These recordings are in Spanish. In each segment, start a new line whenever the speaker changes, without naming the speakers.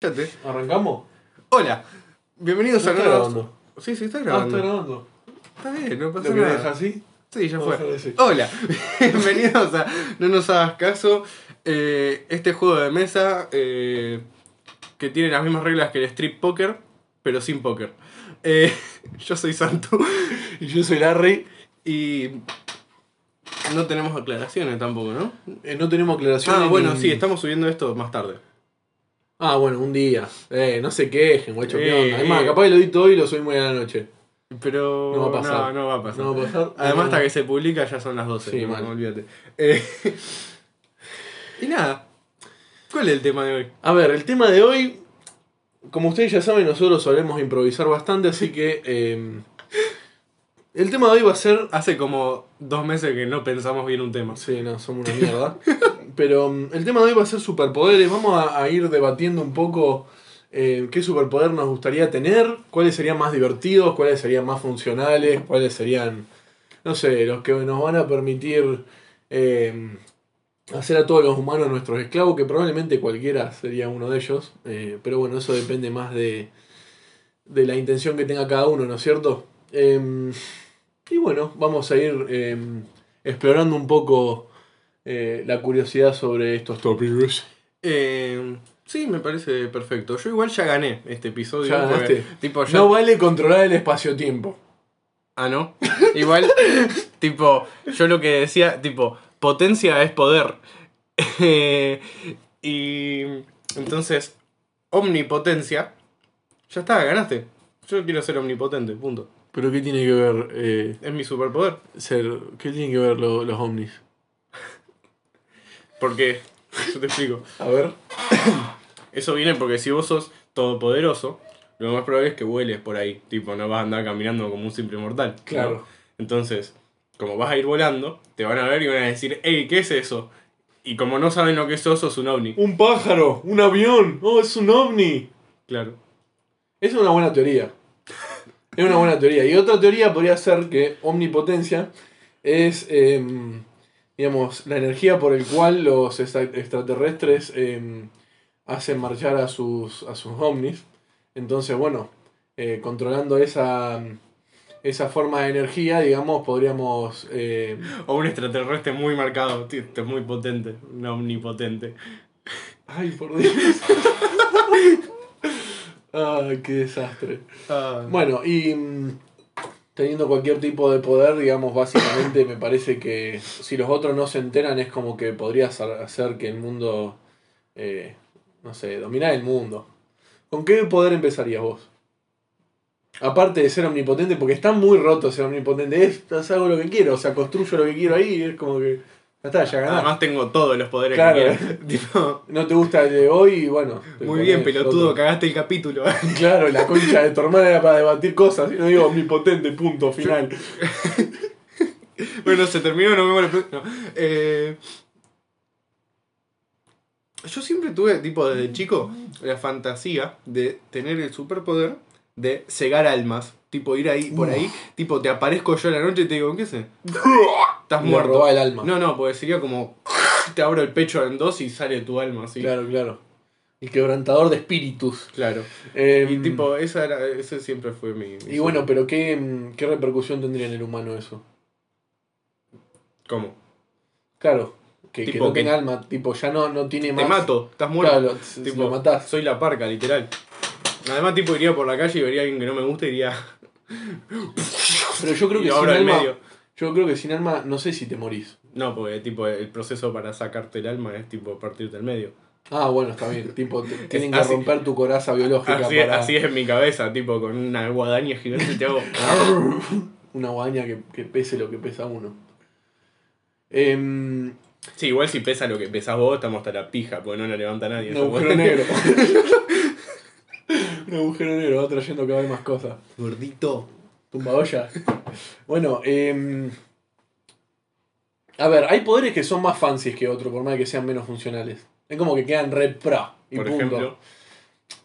Chate.
¿Arrancamos?
Hola, bienvenidos
No
a
está
Grabando.
grabando.
Sí, sí, está
Ah, está
grabando.
grabando.
está bien, no
¿Lo
pasa
querés dejar
nada.
así?
Sí, ya
No,
fue.
déjalo así.
Hola, bienvenidos a No nos hagas caso. eh, este juego de mesa eh, que tiene las mismas reglas que el strip poker, pero sin póker. Eh, yo soy Santu y yo soy Larry y no tenemos aclaraciones tampoco, ¿no?
Eh, no tenemos aclaración.
Ah, bueno, sí, estamos subiendo esto más tarde.
Ah, bueno, un día. Eh, no se quejen, guacho. ¿qué
Eh,
onda? Es más,
eh.
capaz que lo edito hoy y lo subimos hoy a la noche.
Pero
No va a pasar.
No, no va a pasar.
No va a pasar.
Además,
No.
hasta que se publica ya son las 12.
Sí,
no,
mal.
no, olvídate. Eh, y nada. ¿Cuál es el tema de hoy?
A ver, el tema de hoy. Como ustedes ya saben, nosotros solemos improvisar bastante, así que. eh, el tema de hoy va a ser.
Hace como dos meses que no pensamos bien un tema.
Sí, no, somos una mierda. Pero mm, el tema de hoy va a ser superpoderes. Vamos a, a ir debatiendo un poco eh, qué superpoder nos gustaría tener, cuáles serían más divertidos, cuáles serían más funcionales, cuáles serían, no sé, los que nos van a permitir eh, hacer a todos los humanos nuestros esclavos, que probablemente cualquiera sería uno de ellos. Eh, pero bueno, eso depende más de, de la intención que tenga cada uno, ¿no es cierto? Em, y bueno, vamos a ir em, explorando un poco eh, la curiosidad sobre estos tópicos.
Eh, sí, me parece perfecto. Yo igual ya gané este episodio.
Ya
porque,
ganaste.
tipo, ya-
No vale controlar el espacio-tiempo.
Ah, no. Igual, tipo, yo lo que decía, tipo, potencia es poder. Eh, y entonces, omnipotencia. Ya está, ganaste. Yo quiero ser omnipotente, punto.
Pero ¿qué tiene que ver eh,
Es mi superpoder.
ser, qué tiene que ver lo- los ovnis?
Porque, yo te explico.
A ver.
Eso viene porque si vos sos todopoderoso, lo más probable es que vueles por ahí. Tipo, no vas a andar caminando como un simple mortal. ¿no?
Claro.
Entonces, como vas a ir volando, te van a ver y van a decir, hey, ¿qué es eso? Y como no saben lo que sos, sos un ovni.
Un pájaro, un avión, oh, es un ovni.
Claro.
Esa es una buena teoría. Es una buena teoría. Y otra teoría podría ser que omnipotencia es, em, digamos, la energía por el cual los extra- extraterrestres em, hacen marchar a sus, a sus ovnis. Entonces, bueno, eh, controlando esa, esa forma de energía, digamos, podríamos... em,
O un extraterrestre muy marcado, tío, este es muy potente, un omnipotente.
ay, por Dios. ay, qué desastre. Bueno, y mm, teniendo cualquier tipo de poder, digamos, básicamente me parece que si los otros no se enteran es como que podrías ha- hacer que el mundo, eh, no sé, dominar el mundo. ¿Con qué poder empezarías vos? Aparte de ser omnipotente, porque está muy roto ser omnipotente, es, es hago lo que quiero, o sea, construyo lo que quiero ahí y es como que... Ya está, ya ganás.
Además tengo todos los poderes
Claro.
que quiera. Tipo,
No te gusta el de hoy y bueno. te
muy bien,
ponés
pelotudo,
otro.
cagaste el capítulo.
Claro, la concha de tu hermana era para debatir cosas, y no digo omnipotente, punto, final.
bueno, se terminó, no me el pro- no. Eh, Yo siempre tuve, tipo, desde chico, la fantasía de tener el superpoder de cegar almas. Tipo, ir ahí, por ahí, tipo, te aparezco yo a la noche y te digo, ¿qué sé? Estás
Le
muerto.
roba el alma.
No, no, porque sería como. Te abro el pecho en dos y sale tu alma, así.
Claro, claro. El quebrantador de espíritus.
Claro.
Eh,
Y tipo, esa era, ese siempre fue mi. mi
y bueno, pero ¿qué, mm, ¿qué repercusión tendría en el humano eso?
¿Cómo?
Claro, que, que
Tipo
no
que-
tenga alma, tipo, ya no, no tiene más.
Te mato, estás muerto.
Claro, si- si
Tipo,
lo matás.
Soy la parca, literal. Además, tipo, iría por la calle y vería a alguien que no me gusta y diría.
Pero yo creo
y
que
lo
sin
abro al
alma.
medio.
Yo creo que sin alma, no sé si te morís.
No, porque tipo, el proceso para sacarte el alma es tipo partirte al medio.
Ah, bueno, está bien. Tipo, te- tienen que
así-
romper tu coraza biológica
Así,
para
así es en mi cabeza, tipo, con una guadaña gigante te hago.
una guadaña que, que pese lo que pesa uno. Em,
Sí, igual si pesa lo que pesas vos, estamos hasta la pija, porque no la levanta nadie.
un
Eso,
agujero
bueno.
negro. un agujero negro, va trayendo cada vez más cosas.
Gordito.
Tumbadoya. Bueno, eh, a ver, hay poderes que son más fancies que otros, por más que sean menos funcionales. Es como que quedan re pra. Y
Por
punto.
ejemplo.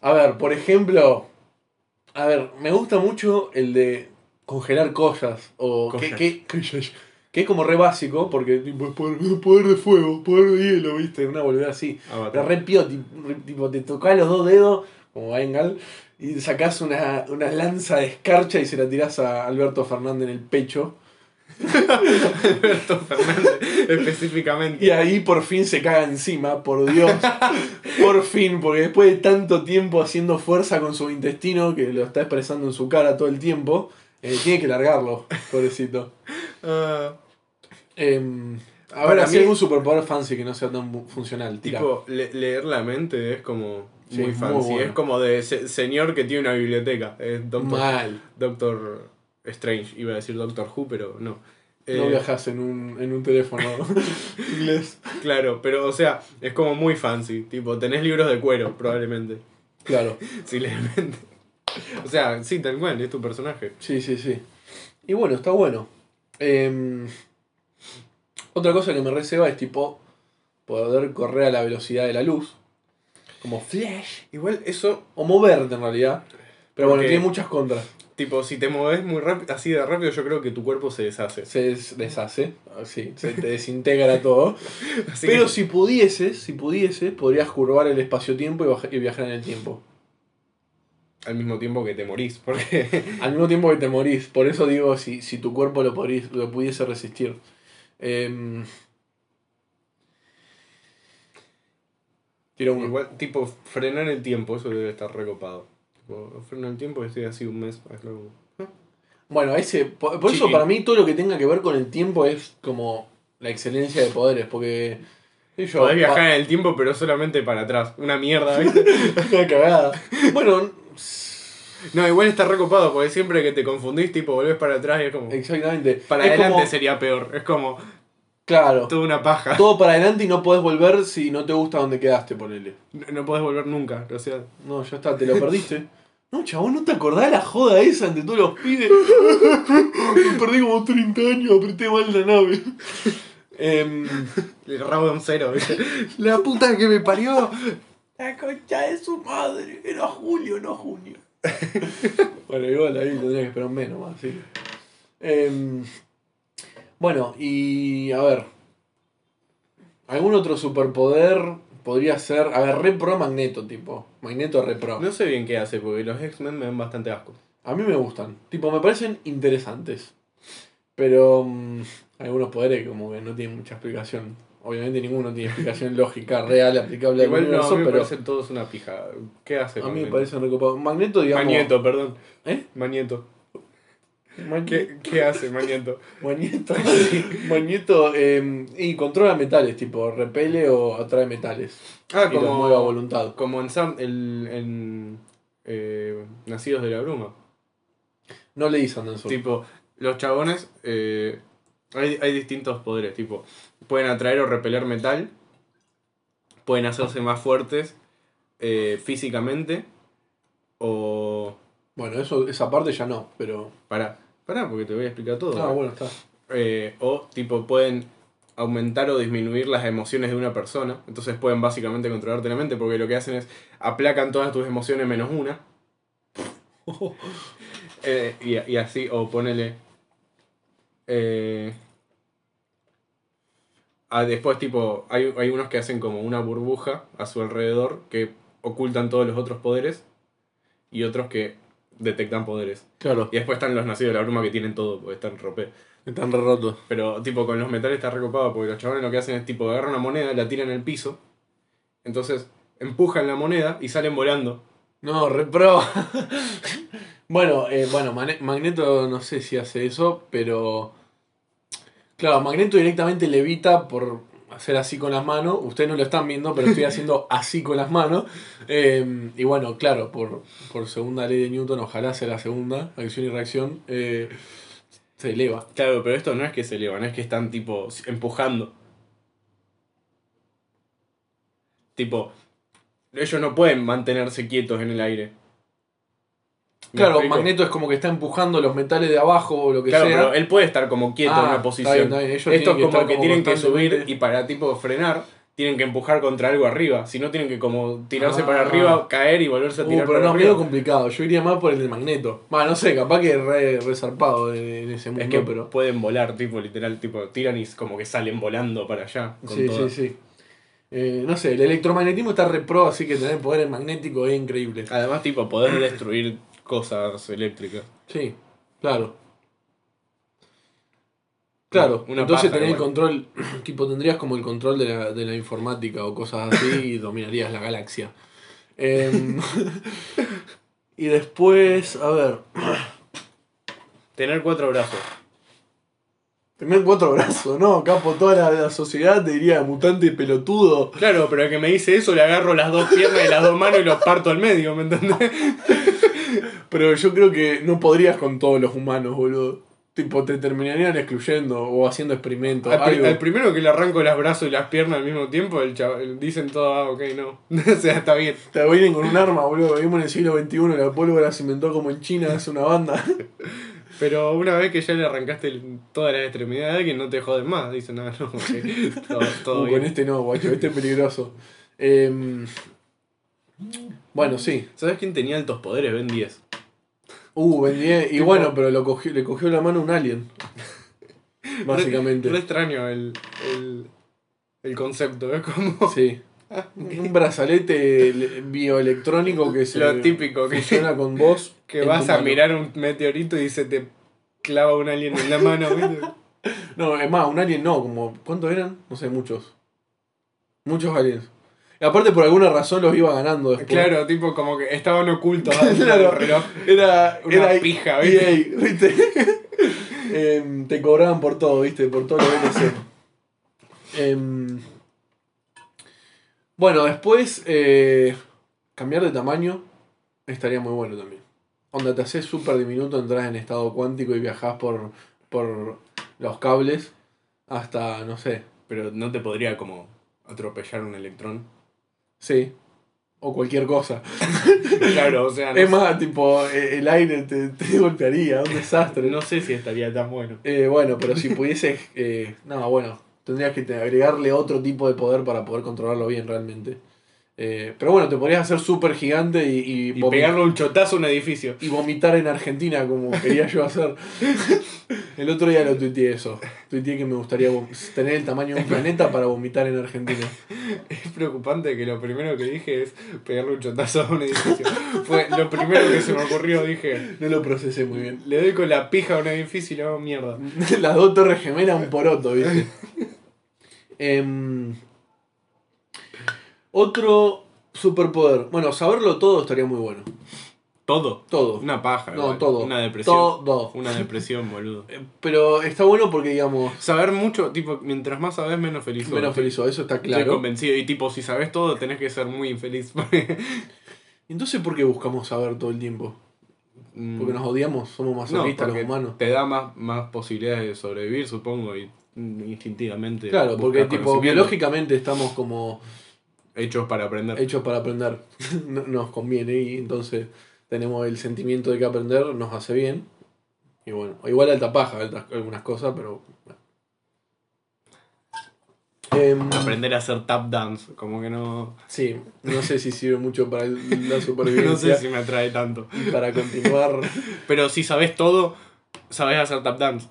A ver, por ejemplo. A ver, me gusta mucho el de congelar cosas. O que-
Cosas.
que- que- que es como re básico, porque tipo, poder, poder de fuego, poder de hielo, viste, una volvida así. Pero
Avatar.
re pío, ti- re- tipo, te tocás los dos dedos, como Bengal, y sacás una, una lanza de escarcha y se la tirás a Alberto Fernández en el pecho.
Alberto Fernández, específicamente.
Y ahí por fin se caga encima, por Dios. por fin, porque después de tanto tiempo haciendo fuerza con su intestino, que lo está expresando en su cara todo el tiempo, eh, tiene que largarlo, pobrecito.
Ah,
Em, a ver,
Para
así
mí-
algún superpoder fancy que no sea tan bu- funcional. Tira.
tipo, le- leer la mente es como
Sí,
muy
muy
fancy.
bueno.
Es como de se- señor que tiene una biblioteca. Es doctor,
Mal.
doctor Strange. Iba a decir Doctor Who, pero no.
no
Eh,
viajas en un, en un teléfono inglés.
claro, pero o sea, es como muy fancy. Tipo, tenés libros de cuero, probablemente.
Claro.
Sí, levemente. O sea, sí, tal cual, es tu personaje.
Sí, sí, sí. Y bueno, está bueno. Em, otra cosa que me receba es tipo poder correr a la velocidad de la luz. Como flash.
Igual eso,
O moverte en realidad. Pero bueno,
Porque-
tiene muchas contras.
tipo, si te moves muy rápido, así de rápido, yo creo que tu cuerpo se deshace.
Se des- deshace. Ah, Sí, se te desintegra todo.
Así
Pero
que-
si pudieses, si pudieses, podrías curvar el espacio-tiempo y baja- y viajar en el tiempo.
al mismo tiempo que te morís, porque
Al mismo tiempo que te morís. Por eso digo, si, si tu cuerpo lo, podrí- lo pudiese resistir. Em, Tiro uno.
igual, tipo, frenar el tiempo, eso debe estar recopado. Tipo, freno el tiempo y estoy así un mes. es como-
Bueno, ese, por, por eso
Chiqui.
para mí todo lo que tenga que ver con el tiempo es como la excelencia de poderes. Porque. qué sé yo, ah.
Podés
pa-
viajar en el tiempo, pero solamente para atrás. Una mierda, ¿viste?
una cagada. Bueno,
No, igual está recopado, porque siempre que te confundís, tipo, volvés para atrás y es como.
exactamente.
Para
Es como-
adelante sería peor. Es como
Claro.
toda una paja.
Todo para adelante y no podés volver si no te gusta donde quedaste, ponele.
No, no podés volver nunca, o sea.
No, ya está, te lo perdiste. No, chabón, ¿no te acordás la joda esa ante todos los pibes? Me perdí como 30 años, apreté mal la nave. Em,
El rabo un cero, ¿viste?
la puta que me parió. La concha de su madre. Era julio, no junio. bueno, igual ahí tendría que esperar un mes nomás, sí. Em, bueno, y a ver. ¿Algún otro superpoder podría ser? A ver, repro magneto, tipo. Magneto repro.
No sé bien qué hace, porque los X-Men me dan bastante asco.
A mí me gustan. Tipo, me parecen interesantes. Pero mm, algunos poderes como que no tienen mucha explicación. Obviamente ninguno tiene explicación lógica real aplicable al
Igual no, a
universo,
mí me
pero
parecen todos una pija. ¿Qué hace?
a mí me
Magneto?
parecen recopados. Magneto, digamos...
Magneto, perdón.
¿Eh?
Magneto.
Magneto.
¿Qué, qué hace Magneto?
Magneto. Magneto, eh, y controla metales, tipo, repele o atrae metales.
Ah,
y los mueve a
como,
voluntad.
como en, Sam, el, en eh, Nacidos de la Bruma.
No le dicen en su...
Tipo, los chabones. eh, hay, hay distintos poderes. Tipo, pueden atraer o repeler metal. Pueden hacerse más fuertes eh, físicamente. O.
Bueno, eso, esa parte ya no, pero...
Pará, pará, porque te voy a explicar todo.
Ah, bueno, está.
Eh, o tipo pueden aumentar o disminuir las emociones de una persona. Entonces pueden básicamente controlarte la mente porque lo que hacen es aplacan todas tus emociones menos una. Eh, y, y así, o ponele... eh, ah, después tipo, hay, hay unos que hacen como una burbuja a su alrededor que ocultan todos los otros poderes y otros que detectan poderes.
Claro,
Y después están los nacidos de la bruma que tienen todo, porque están rope.
están re rotos.
Pero tipo con los metales está recopado porque los chabones lo que hacen es tipo agarran una moneda, la tiran al piso. Entonces empujan la moneda y salen volando.
No, repro. bueno, eh, bueno, Mane- Magneto no sé si hace eso, pero. Claro, Magneto directamente levita por hacer así con las manos. Ustedes no lo están viendo, pero estoy haciendo así con las manos. Eh, y bueno, claro, por, por segunda ley de Newton, ojalá sea la segunda, acción y reacción, eh, se eleva.
Claro, pero esto no es que se elevan, es que están tipo empujando. Tipo, ellos no pueden mantenerse quietos en el aire. ¿Me
Claro,
explico?
Magneto es como que está empujando los metales de abajo o lo que
Claro,
sea.
pero él puede estar como quieto
Ah,
en una
está
posición.
bien, está bien. Ellos
Esto es
tienen que
como
estar
que
como
tienen que subir
constantemente.
y para tipo frenar, tienen que empujar contra algo arriba. Si no, tienen que como tirarse
Ah.
para arriba, caer y volverse a
Uh,
tirar
pero
para
no, es
arriba.
medio complicado. Yo iría más por el de Magneto. Va, no sé, capaz que re, re zarpado en, en ese mundo,
Es que
pero.
pueden volar, tipo, literal, tipo, tiran y como que salen volando para allá. con
Sí,
todas.
sí, sí. Eh, no sé, el electromagnetismo está re pro, así que tener poderes magnéticos es increíble.
Además, tipo, poder destruir cosas eléctricas.
Sí, claro. Claro,
Una
entonces
paja igual.
tenés el control, tipo tendrías como el control de la, de la informática o cosas así y dominarías la galaxia. Em, y después, a ver,
Tener cuatro brazos.
tener cuatro brazos, ¿no? Capo, toda la, la sociedad te diría mutante pelotudo.
Claro, pero el que me dice eso le agarro las dos piernas y las dos manos y los parto al medio, ¿me entendés?
Pero yo creo que no podrías con todos los humanos, boludo. Tipo, te terminarían excluyendo o haciendo experimentos.
Al, pri-
algo.
al primero que le arranco los brazos y las piernas al mismo tiempo, el chaval- el- dicen todo, ah, ok, no. o sea, está bien.
Te vienen con un arma, boludo. Vivimos en el siglo XXI, la pólvora se inventó como en China, es una banda.
Pero una vez que ya le arrancaste el- todas las extremidades a alguien, no te joden más. Dicen, ah, no, ok, todo, todo
Uh,
bien.
con este no, guacho, este es peligroso. Em, bueno, sí.
¿Sabes quién tenía altos poderes? Ben 10.
Uh, Ben 10. Y
Tipo-
bueno, pero lo cogió, le cogió la mano un alien.
Re
Básicamente.
extraño el, el, el concepto, es como
Sí.
Ah,
Un brazalete le- bioelectrónico que se
lo típico que,
funciona con vos.
que
en tu
vas a
mano.
mirar un meteorito y se te clava un alien en la mano. ¿viste?
No, es más, un alien no, como. ¿Cuántos eran? No sé, muchos. Muchos aliens. Y aparte, por alguna razón los iba ganando después.
Claro, tipo como que estaban ocultos dentro
Claro.
del reloj.
Era,
Una
era
pija,
EA, ¿viste? Em, te cobraban por todo, ¿viste? Por todo lo DLC. Em, bueno, después eh, cambiar de tamaño estaría muy bueno también. Onda, te haces súper diminuto, entras en estado cuántico y viajás por, por los cables hasta, no sé,
Pero no te podría como atropellar un electrón.
sí, o cualquier cosa.
Claro, o sea, no,
Es más, tipo, eh, el aire te, te golpearía, un desastre.
no sé si estaría tan bueno.
Eh, bueno, pero si pudieses. Eh, no, bueno, tendrías que te- agregarle otro tipo de poder para poder controlarlo bien realmente. Eh, pero bueno, te podrías hacer súper gigante y, y,
Y
vomi-
pegarle un chotazo a un edificio.
y vomitar en Argentina como quería yo hacer. El otro día lo tuiteé eso. Tuiteé que me gustaría vom- tener el tamaño de un planeta para vomitar en Argentina.
Es preocupante que lo primero que dije es pegarle un chotazo a un edificio. Fue lo primero que se me ocurrió, dije.
No lo procesé muy bien.
Le doy con la pija a un edificio y le hago mierda.
Las dos torres gemelas, un poroto, ¿viste? Em, otro superpoder. Bueno, saberlo todo estaría muy bueno.
Todo.
Todo.
Una paja.
No,
igual.
todo.
Una depresión.
Todo.
Una depresión, boludo.
Eh, Pero está bueno porque, digamos,
Saber mucho, tipo, mientras más sabes, menos feliz sos.
menos feliz, eso está
Estoy
claro.
convencido. Y tipo, si sabes todo, tenés que ser muy infeliz. Porque
Entonces, ¿por qué buscamos saber todo el tiempo? ¿Porque nos odiamos? ¿Somos masoquistas los humanos?
mm, Te da más, más posibilidades de sobrevivir, supongo, y mm, instintivamente.
Claro,
buscas
porque tipo,
conocimiento.
biológicamente estamos como
Hechos para aprender.
hechos para aprender. No- nos conviene y entonces tenemos el sentimiento de que aprender nos hace bien. Y bueno, igual alta paja, altas- algunas cosas, pero... bueno. Em,
Aprender a hacer tap dance, como que no.
sí, no sé si sirve mucho para el- la supervivencia
No sé si me atrae tanto.
y para continuar
Pero si sabes todo, sabes hacer tap dance.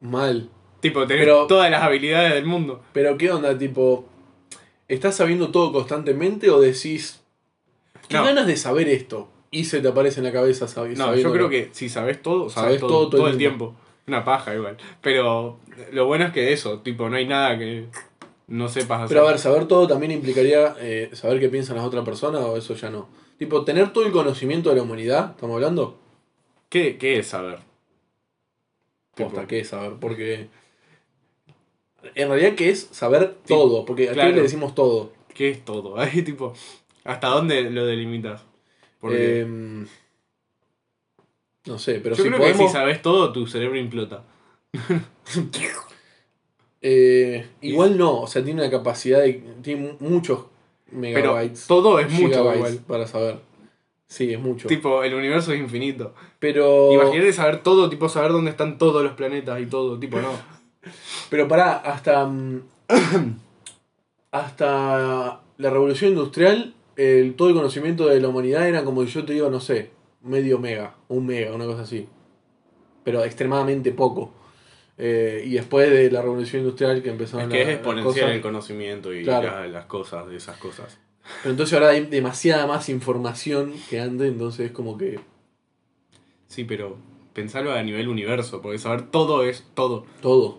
mal.
Tipo, tenés
Pero-
todas las habilidades del mundo.
Pero qué onda, tipo, ¿estás sabiendo todo constantemente o decís, qué
No.
ganas de saber esto? Y se te aparece en la cabeza sabi-
No,
sabiendo
yo creo que si sabes todo, sabes,
Sabés
todo, todo, el tiempo. Una paja igual. Pero lo bueno es que eso, tipo, no hay nada que no sepas hacer.
Pero a ver, saber todo también implicaría eh, saber qué piensan las otras personas o eso ya no. Tipo, tener todo el conocimiento de la humanidad, ¿estamos hablando?
¿Qué, qué es saber? Tipo,
Posta, ¿qué es saber? Porque... En realidad, ¿qué es saber todo? Porque aquí
claro.
le decimos todo.
¿Qué es todo? Ahí tipo, ¿hasta dónde lo delimitas? Porque
Em, no sé, pero
yo
si
creo
podemos...
que si sabes todo, tu cerebro implota.
Eh, igual no, o sea, tiene una capacidad de. Tiene mu- muchos
Pero
megabytes.
todo es mucho
gigabytes
igual.
para saber. Sí, es mucho.
Tipo, el universo es infinito.
Pero.
Imagínate saber todo, tipo saber dónde están todos los planetas y todo, tipo, no.
Pero pará, hasta. mm, hasta la revolución industrial, el, todo el conocimiento de la humanidad era como si yo te digo, no sé, medio mega, un mega, una cosa así. Pero extremadamente poco. Eh, y después de la revolución industrial que empezaron
Es que es
las- las
exponencial
cosas.
el conocimiento y
Claro.
la- las cosas de esas cosas.
Pero entonces ahora hay demasiada más información que antes, entonces es como que.
Sí, pero pensarlo a nivel universo, porque saber todo es todo.
Todo.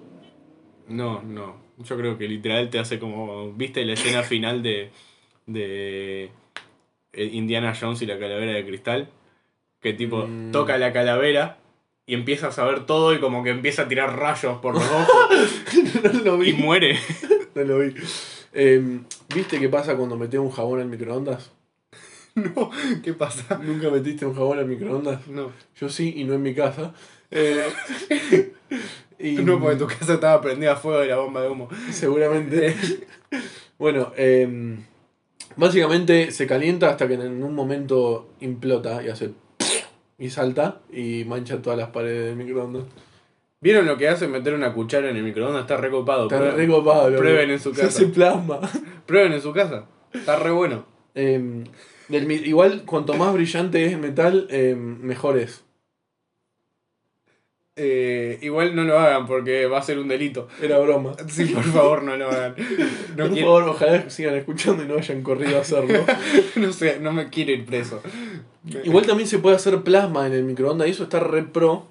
No, no. Yo creo que literal te hace como. ¿Viste la escena final de. de. eh, Indiana Jones y la calavera de cristal? Que tipo,
Mm.
toca la calavera y empieza a saber todo y como que empieza a tirar rayos por los ojos
no lo
y
vi.
muere.
No lo vi. Eh, ¿Viste qué pasa cuando metes un jabón al microondas?
No, ¿qué pasa?
¿Nunca metiste un jabón al microondas?
No,
Yo sí, y no en mi casa. Eh, y
no, porque tu casa estaba prendida a fuego de la bomba de humo.
Seguramente. bueno, eh, básicamente se calienta hasta que en un momento implota y hace. Y salta y mancha todas las paredes del microondas.
¿Vieron lo que hace meter una cuchara en el microondas? Está recopado.
Está
Prueben,
re copado, loco.
prueben en su
Se hace
casa.
plasma.
Prueben en su casa. Está re bueno.
Eh, del mi- igual, cuanto más brillante es el metal, eh, mejor es.
Eh, igual no lo hagan porque va a ser un delito.
Era broma.
Sí, por favor, no lo hagan. No,
Por
quiero-
favor, ojalá sigan escuchando y no hayan corrido a hacerlo.
no sé, no me quiero ir preso.
Igual también se puede hacer plasma en el microondas y eso está re pro.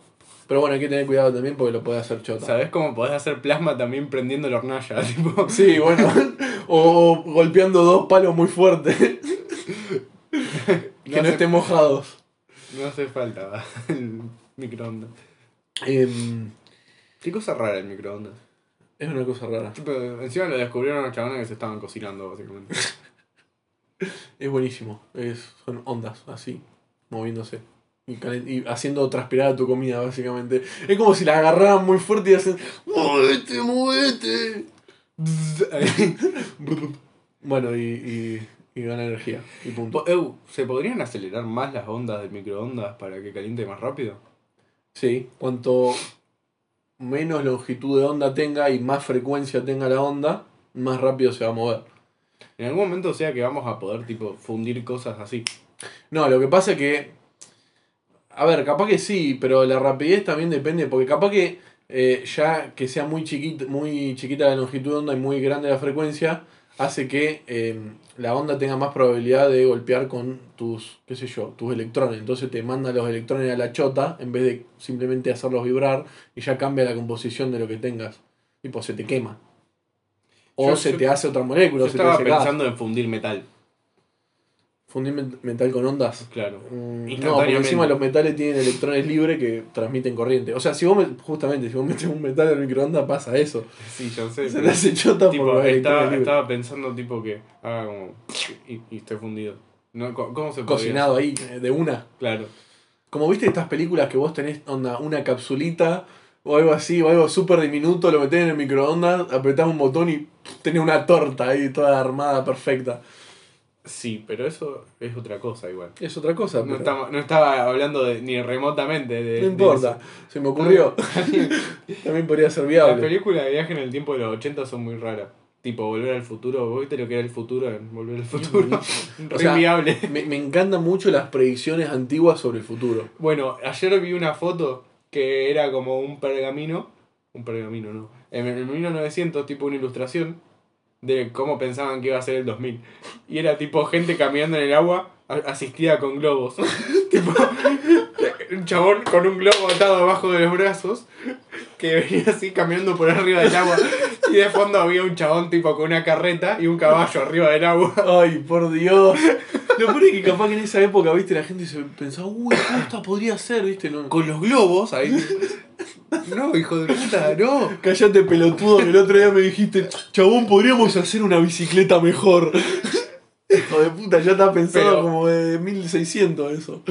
Pero bueno, hay que tener cuidado también porque lo puede hacer chota.
¿Sabes cómo podés hacer plasma también prendiendo la hornalla? Tipo,
Sí, bueno. o, o golpeando dos palos muy fuerte. que
No
no,
hace-
estén mojados.
no hace falta va, el microondas.
Em,
Qué cosa rara el microondas.
es una cosa rara.
Tipo, encima lo descubrieron los chabones que se estaban cocinando, básicamente.
Es buenísimo. Es, son ondas así, moviéndose. Y, calen- y haciendo transpirar a tu comida, básicamente. Es como si la agarraran muy fuerte y hacen. ¡Muévete, muévete! bueno, y, y, y gana energía. Y punto.
Po- Eu, ¿Se podrían acelerar más las ondas del microondas para que caliente más rápido?
Sí, cuanto menos longitud de onda tenga y más frecuencia tenga la onda, más rápido se va a mover.
En algún momento o sea que vamos a poder tipo fundir cosas así.
No, lo que pasa es que. A ver, capaz que sí, pero la rapidez también depende, porque capaz que eh, ya que sea muy chiquita, muy chiquita la longitud de onda y muy grande la frecuencia, hace que eh, la onda tenga más probabilidad de golpear con tus, qué sé yo, tus electrones. Entonces te manda los electrones a la chota en vez de simplemente hacerlos vibrar y ya cambia la composición de lo que tengas. Tipo, se te quema. O
Yo-
se
yo-
te hace otra molécula,
Yo
o se te
estaba
hace gas.
pensando en fundir metal,
Fundir men- mental con ondas.
claro.
Mm, No, porque
Instantáneamente.
encima los metales tienen electrones libres que transmiten corriente. O sea, si vos, met- justamente, si vos metes un metal al microondas, pasa eso.
Sí, yo sé.
Se
pero-
le hace chota
tipo,
por los electrones
estaba,
libres.
estaba pensando tipo que haga como y, y esté fundido. No, co- ¿Cómo se podría?
Cocinado ahí, eh, de una.
Claro.
Como viste estas películas que vos tenés onda, una capsulita o algo así, o algo súper diminuto, lo metés en el microondas, apretás un botón y tenés una torta ahí toda armada perfecta.
Sí, pero eso es otra cosa igual.
Es otra cosa,
No, eh,
pero
estamos- no estaba hablando de- ni remotamente de...
no importa. Se me ocurrió. También podría ser
Las
viable.
películas de viaje en el tiempo de los 80 son muy raras. Tipo, Volver al Futuro. ¿Vos viste lo que era el futuro en Volver al Futuro? Re
O sea,
viable.
Me, me encantan mucho las predicciones antiguas sobre el futuro.
Bueno, ayer vi una foto que era como un pergamino. Un pergamino, no. En el 1900, tipo una ilustración de cómo pensaban que iba a ser el 2000. Y era tipo gente caminando en el agua a- asistida con globos. tipo, un chabón con un globo atado abajo de los brazos que venía así caminando por arriba del agua. Y de fondo había un chabón tipo con una carreta y un caballo arriba del agua.
Ay, por Dios. Lo peor es que capaz que en esa época, viste, la gente se pensaba, uy, esta podría ser, viste, no.
Con los globos ahí. No, hijo de puta, no.
Cállate pelotudo, que el otro día me dijiste, chabón, podríamos hacer una bicicleta mejor. Hijo de puta, ya está pensado
Pero-
como de 1600 eso.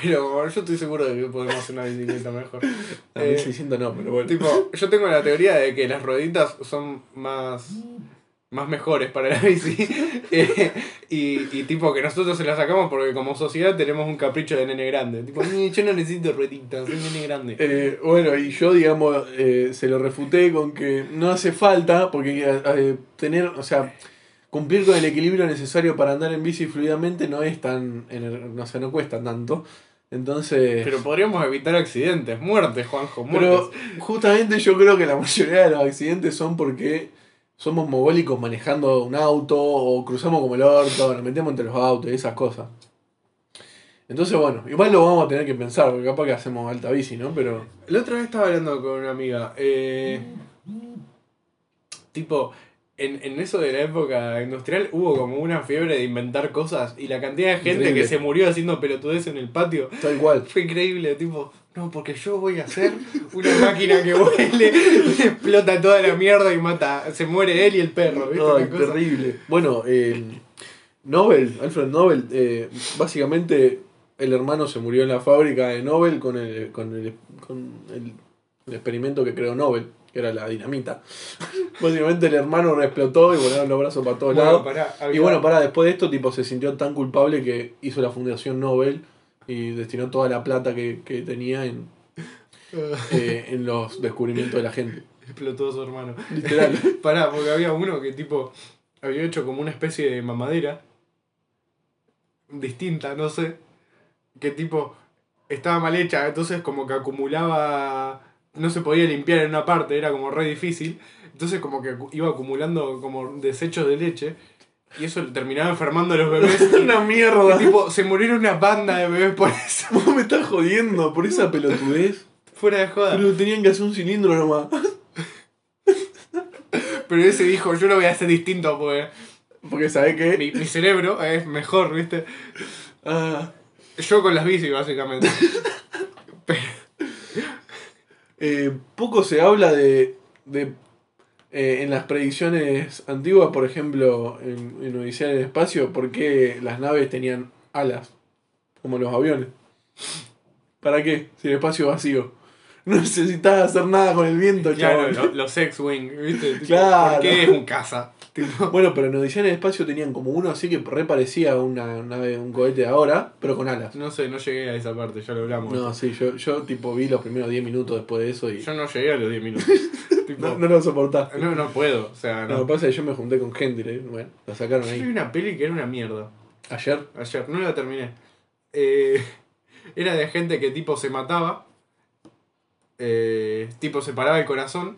Pero yo estoy seguro de que podemos hacer una bicicleta mejor.
No,
Eh,
1600 no, pero bueno.
tipo, yo tengo la teoría de que las rueditas son más, más mejores para la bici. Eh, y, y tipo que nosotros se las sacamos porque como sociedad tenemos un capricho de nene grande. Tipo, "Ni, yo no necesito rueditas, soy nene grande.
Eh, bueno, y yo, digamos, eh, se lo refuté con que no hace falta, porque eh, eh, tener, o sea, cumplir con el equilibrio necesario para andar en bici fluidamente no es tan. ener- no sé, no cuesta tanto. Entonces.
Pero podríamos evitar accidentes, muertes, Juanjo, muertes.
Pero justamente yo creo que la mayoría de los accidentes son porque somos mogólicos manejando un auto o cruzamos como el orto, nos metemos entre los autos y esas cosas. Entonces, bueno, igual lo vamos a tener que pensar, porque capaz que hacemos alta bici, ¿no? Pero
La otra vez estaba hablando con una amiga. eh, tipo, en, en eso de la época industrial hubo como una fiebre de inventar cosas y la cantidad de gente
Increíble.
que se murió haciendo pelotudez en el patio
tal cual.
fue increíble. Tipo, no, porque yo voy a hacer una máquina que huele, le explota toda la mierda y mata. Se muere él y el perro, ¿viste?
Ay,
Una cosa-
terrible. Bueno, eh, Nobel, Alfred Nobel, eh, básicamente el hermano se murió en la fábrica de Nobel con el, con el, con el- el experimento que creó Nobel, que era la dinamita. básicamente el hermano explotó y volaron los brazos para todos
Bueno,
lados.
pará,
Y
había-
bueno, para después de esto, tipo, se sintió tan culpable que hizo la fundación Nobel y destinó toda la plata que, que tenía en, eh, en los descubrimientos de la gente.
Explotó a su hermano.
Literal.
Pará, porque había uno que tipo había hecho como una especie de mamadera distinta, no sé, que tipo estaba mal hecha, entonces como que acumulaba, no se podía limpiar en una parte, era como re difícil, entonces como que acu- iba acumulando como desechos de leche y eso le terminaba enfermando a los bebés.
Una mierda.
Y, tipo, se murieron una banda de bebés por eso.
Vos me estás jodiendo por esa pelotudez.
Fuera de joda.
Pero tenían que hacer un cilindro nomás.
Pero ese dijo, yo lo voy a hacer distinto porque
Porque sabés que.
mi, mi cerebro es mejor, ¿viste?
Ah,
Yo con las bici, básicamente.
eh, poco se habla de. de eh, en las predicciones antiguas, por ejemplo, en, en Odisea en el espacio, por qué las naves tenían alas, como los aviones. ¿Para qué? Si el espacio es vacío. No necesitas hacer nada con el viento,
Claro,
chaval.
lo- los X-Wing, ¿viste? Tipo,
Claro.
¿Por qué es un caza? Tipo,
Bueno, pero en Odisea en el espacio tenían como uno así que re parecía una nave, un cohete de ahora, pero con alas.
no sé, no llegué a esa parte, ya lo hablamos.
No, sí, yo, yo tipo vi los primeros 10 minutos después de eso y
Yo no llegué a los 10 minutos. Tipo,
no,
no,
no lo soportaste.
no, puedo, o sea,
No,
no.
lo que pasa es que yo me junté con gente, ¿eh? bueno, la sacaron
Yo vi
ahí.
una peli que era una mierda.
Ayer,
Ayer, no la terminé. Eh, era de gente que tipo se mataba. eh, tipo se paraba el corazón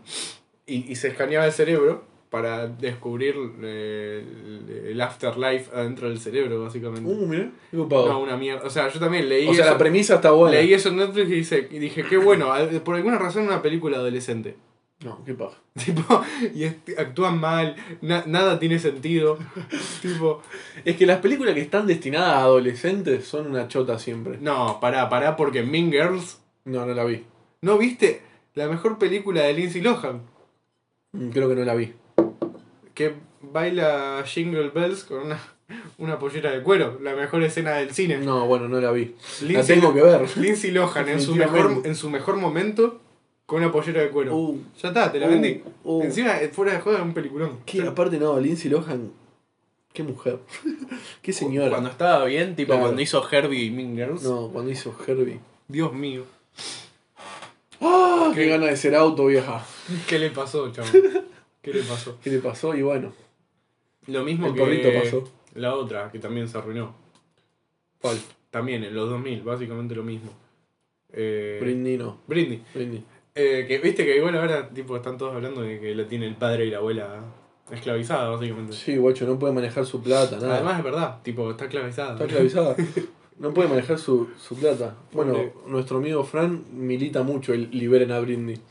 y, y se escaneaba el cerebro para descubrir eh, el, el afterlife adentro del cerebro, básicamente.
uh, mirá, qué
no,
copado.
una mierda. O sea, yo también leí
o sea, la
eso.
premisa está buena.
Leí eso en Netflix y, dice- y dije, qué bueno, al- por alguna razón una película adolescente.
No, qué paja.
Tipo, y est- actúan mal, na- nada tiene sentido. tipo,
Es que las películas que están destinadas a adolescentes son una chota siempre.
no, pará, pará, porque Mean Girls,
No, no la vi.
¿no viste la mejor película de Lindsay Lohan?
Mm, Creo que no la vi.
Que baila Jingle Bells con una, una pollera de cuero, la mejor escena del cine.
No, bueno, no la vi. La
Lindsay,
tengo que ver.
Lindsay Lohan en su, mejor,
Definitivamente.
en su mejor momento con una pollera de cuero.
Uh,
ya está, te la
uh,
vendí.
uh.
Encima, eh, fuera de joda, un peliculón.
que aparte no, Lindsay Lohan, qué mujer. qué señora.
Cuando estaba bien, tipo
Claro.
cuando hizo Herbie y Mean Girls.
No, cuando hizo Herbie.
Dios mío.
¡Ah! Qué
¿Qué?
gana de ser auto, vieja.
¿Qué le pasó, chaval? ¿Qué le pasó?
¿Qué le pasó? Y bueno,
Lo mismo
El
que
perrito pasó.
la otra, que también se arruinó.
¿cuál?
También en los 2000, básicamente lo mismo. Eh,
Britney no.
Britney.
Britney.
Eh, que viste que igual ahora tipo están todos hablando de que la tiene el padre y la abuela esclavizada, básicamente.
Sí, guacho, no puede manejar su plata, nada.
Además es verdad, tipo, está esclavizada.
Está esclavizada. No puede manejar su, su plata. Bueno,
Pobre.
nuestro amigo Fran milita mucho el liberen a Britney.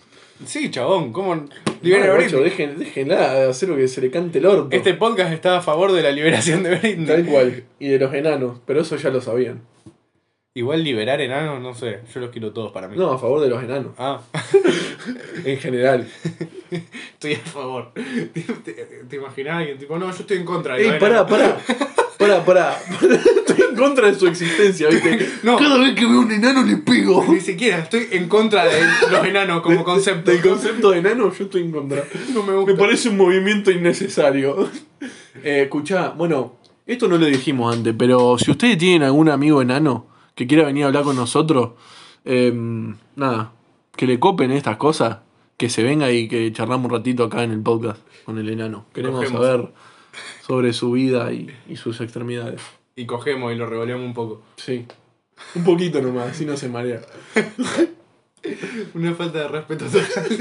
Sí, chabón, ¿cómo?
Bueno,
Liberen a
guacho,
Britney.
dejen- déjenla de hacer lo que se le cante el orto.
Este podcast está a favor de la liberación de Britney.
Tal cual. Y de los enanos, pero eso ya lo sabían.
Igual liberar enanos, no sé, yo los quiero todos para mí.
No, a favor de los enanos,
Ah,
en general.
estoy a favor. ¿Te, te, te imaginas alguien tipo, no, yo estoy en contra de
Ey,
los
pará,
enanos"?
pará. Pará, pará. Estoy en contra de su existencia, ¿viste?
No.
Cada vez que veo un enano le pego.
Ni siquiera, estoy en contra de los enanos como concepto.
Del concepto de enano yo estoy en contra.
No me
Me
gusta.
parece un movimiento innecesario. Eh, escuchá, bueno, esto no lo dijimos antes, pero si ustedes tienen algún amigo enano que quiera venir a hablar con nosotros, eh, nada, que le copen estas cosas, que se venga y que charlamos un ratito acá en el podcast con el enano. Queremos
Cogemos.
saber sobre su vida y, y sus extremidades.
Y cogemos y lo revoleamos un poco.
Sí. Un poquito nomás, así no se marea.
Una falta de respeto total.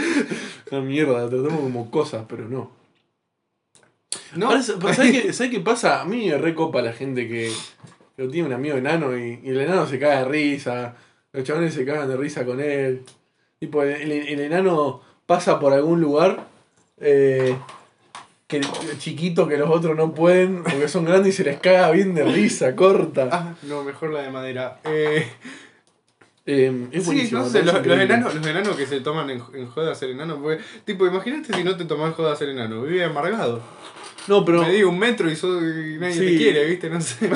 Una mierda, la tratamos como cosas, pero no.
No,
Parece- pero ¿sabes, qué, sabés qué pasa? A mí me recopa la gente que lo tiene un amigo enano y, y el enano se caga de risa. Los chavales se cagan de risa con él. Tipo, el, el- el enano pasa por algún lugar eh, que, chiquito que los otros no pueden porque son grandes y se les caga bien de risa, corta.
Ah, no, mejor la de madera. Eh,
Eh, es
sí,
Ah, buenísimo,
no
me
sé,
parece
los, los
increíble.
enanos, los enanos que se toman en, en joda ser enano, porque, tipo, imagínate si no te tomás joda ser enano, vive amargado.
No, pero,
Me di un metro y, sos- y nadie
Sí.
te quiere, ¿viste? No sé.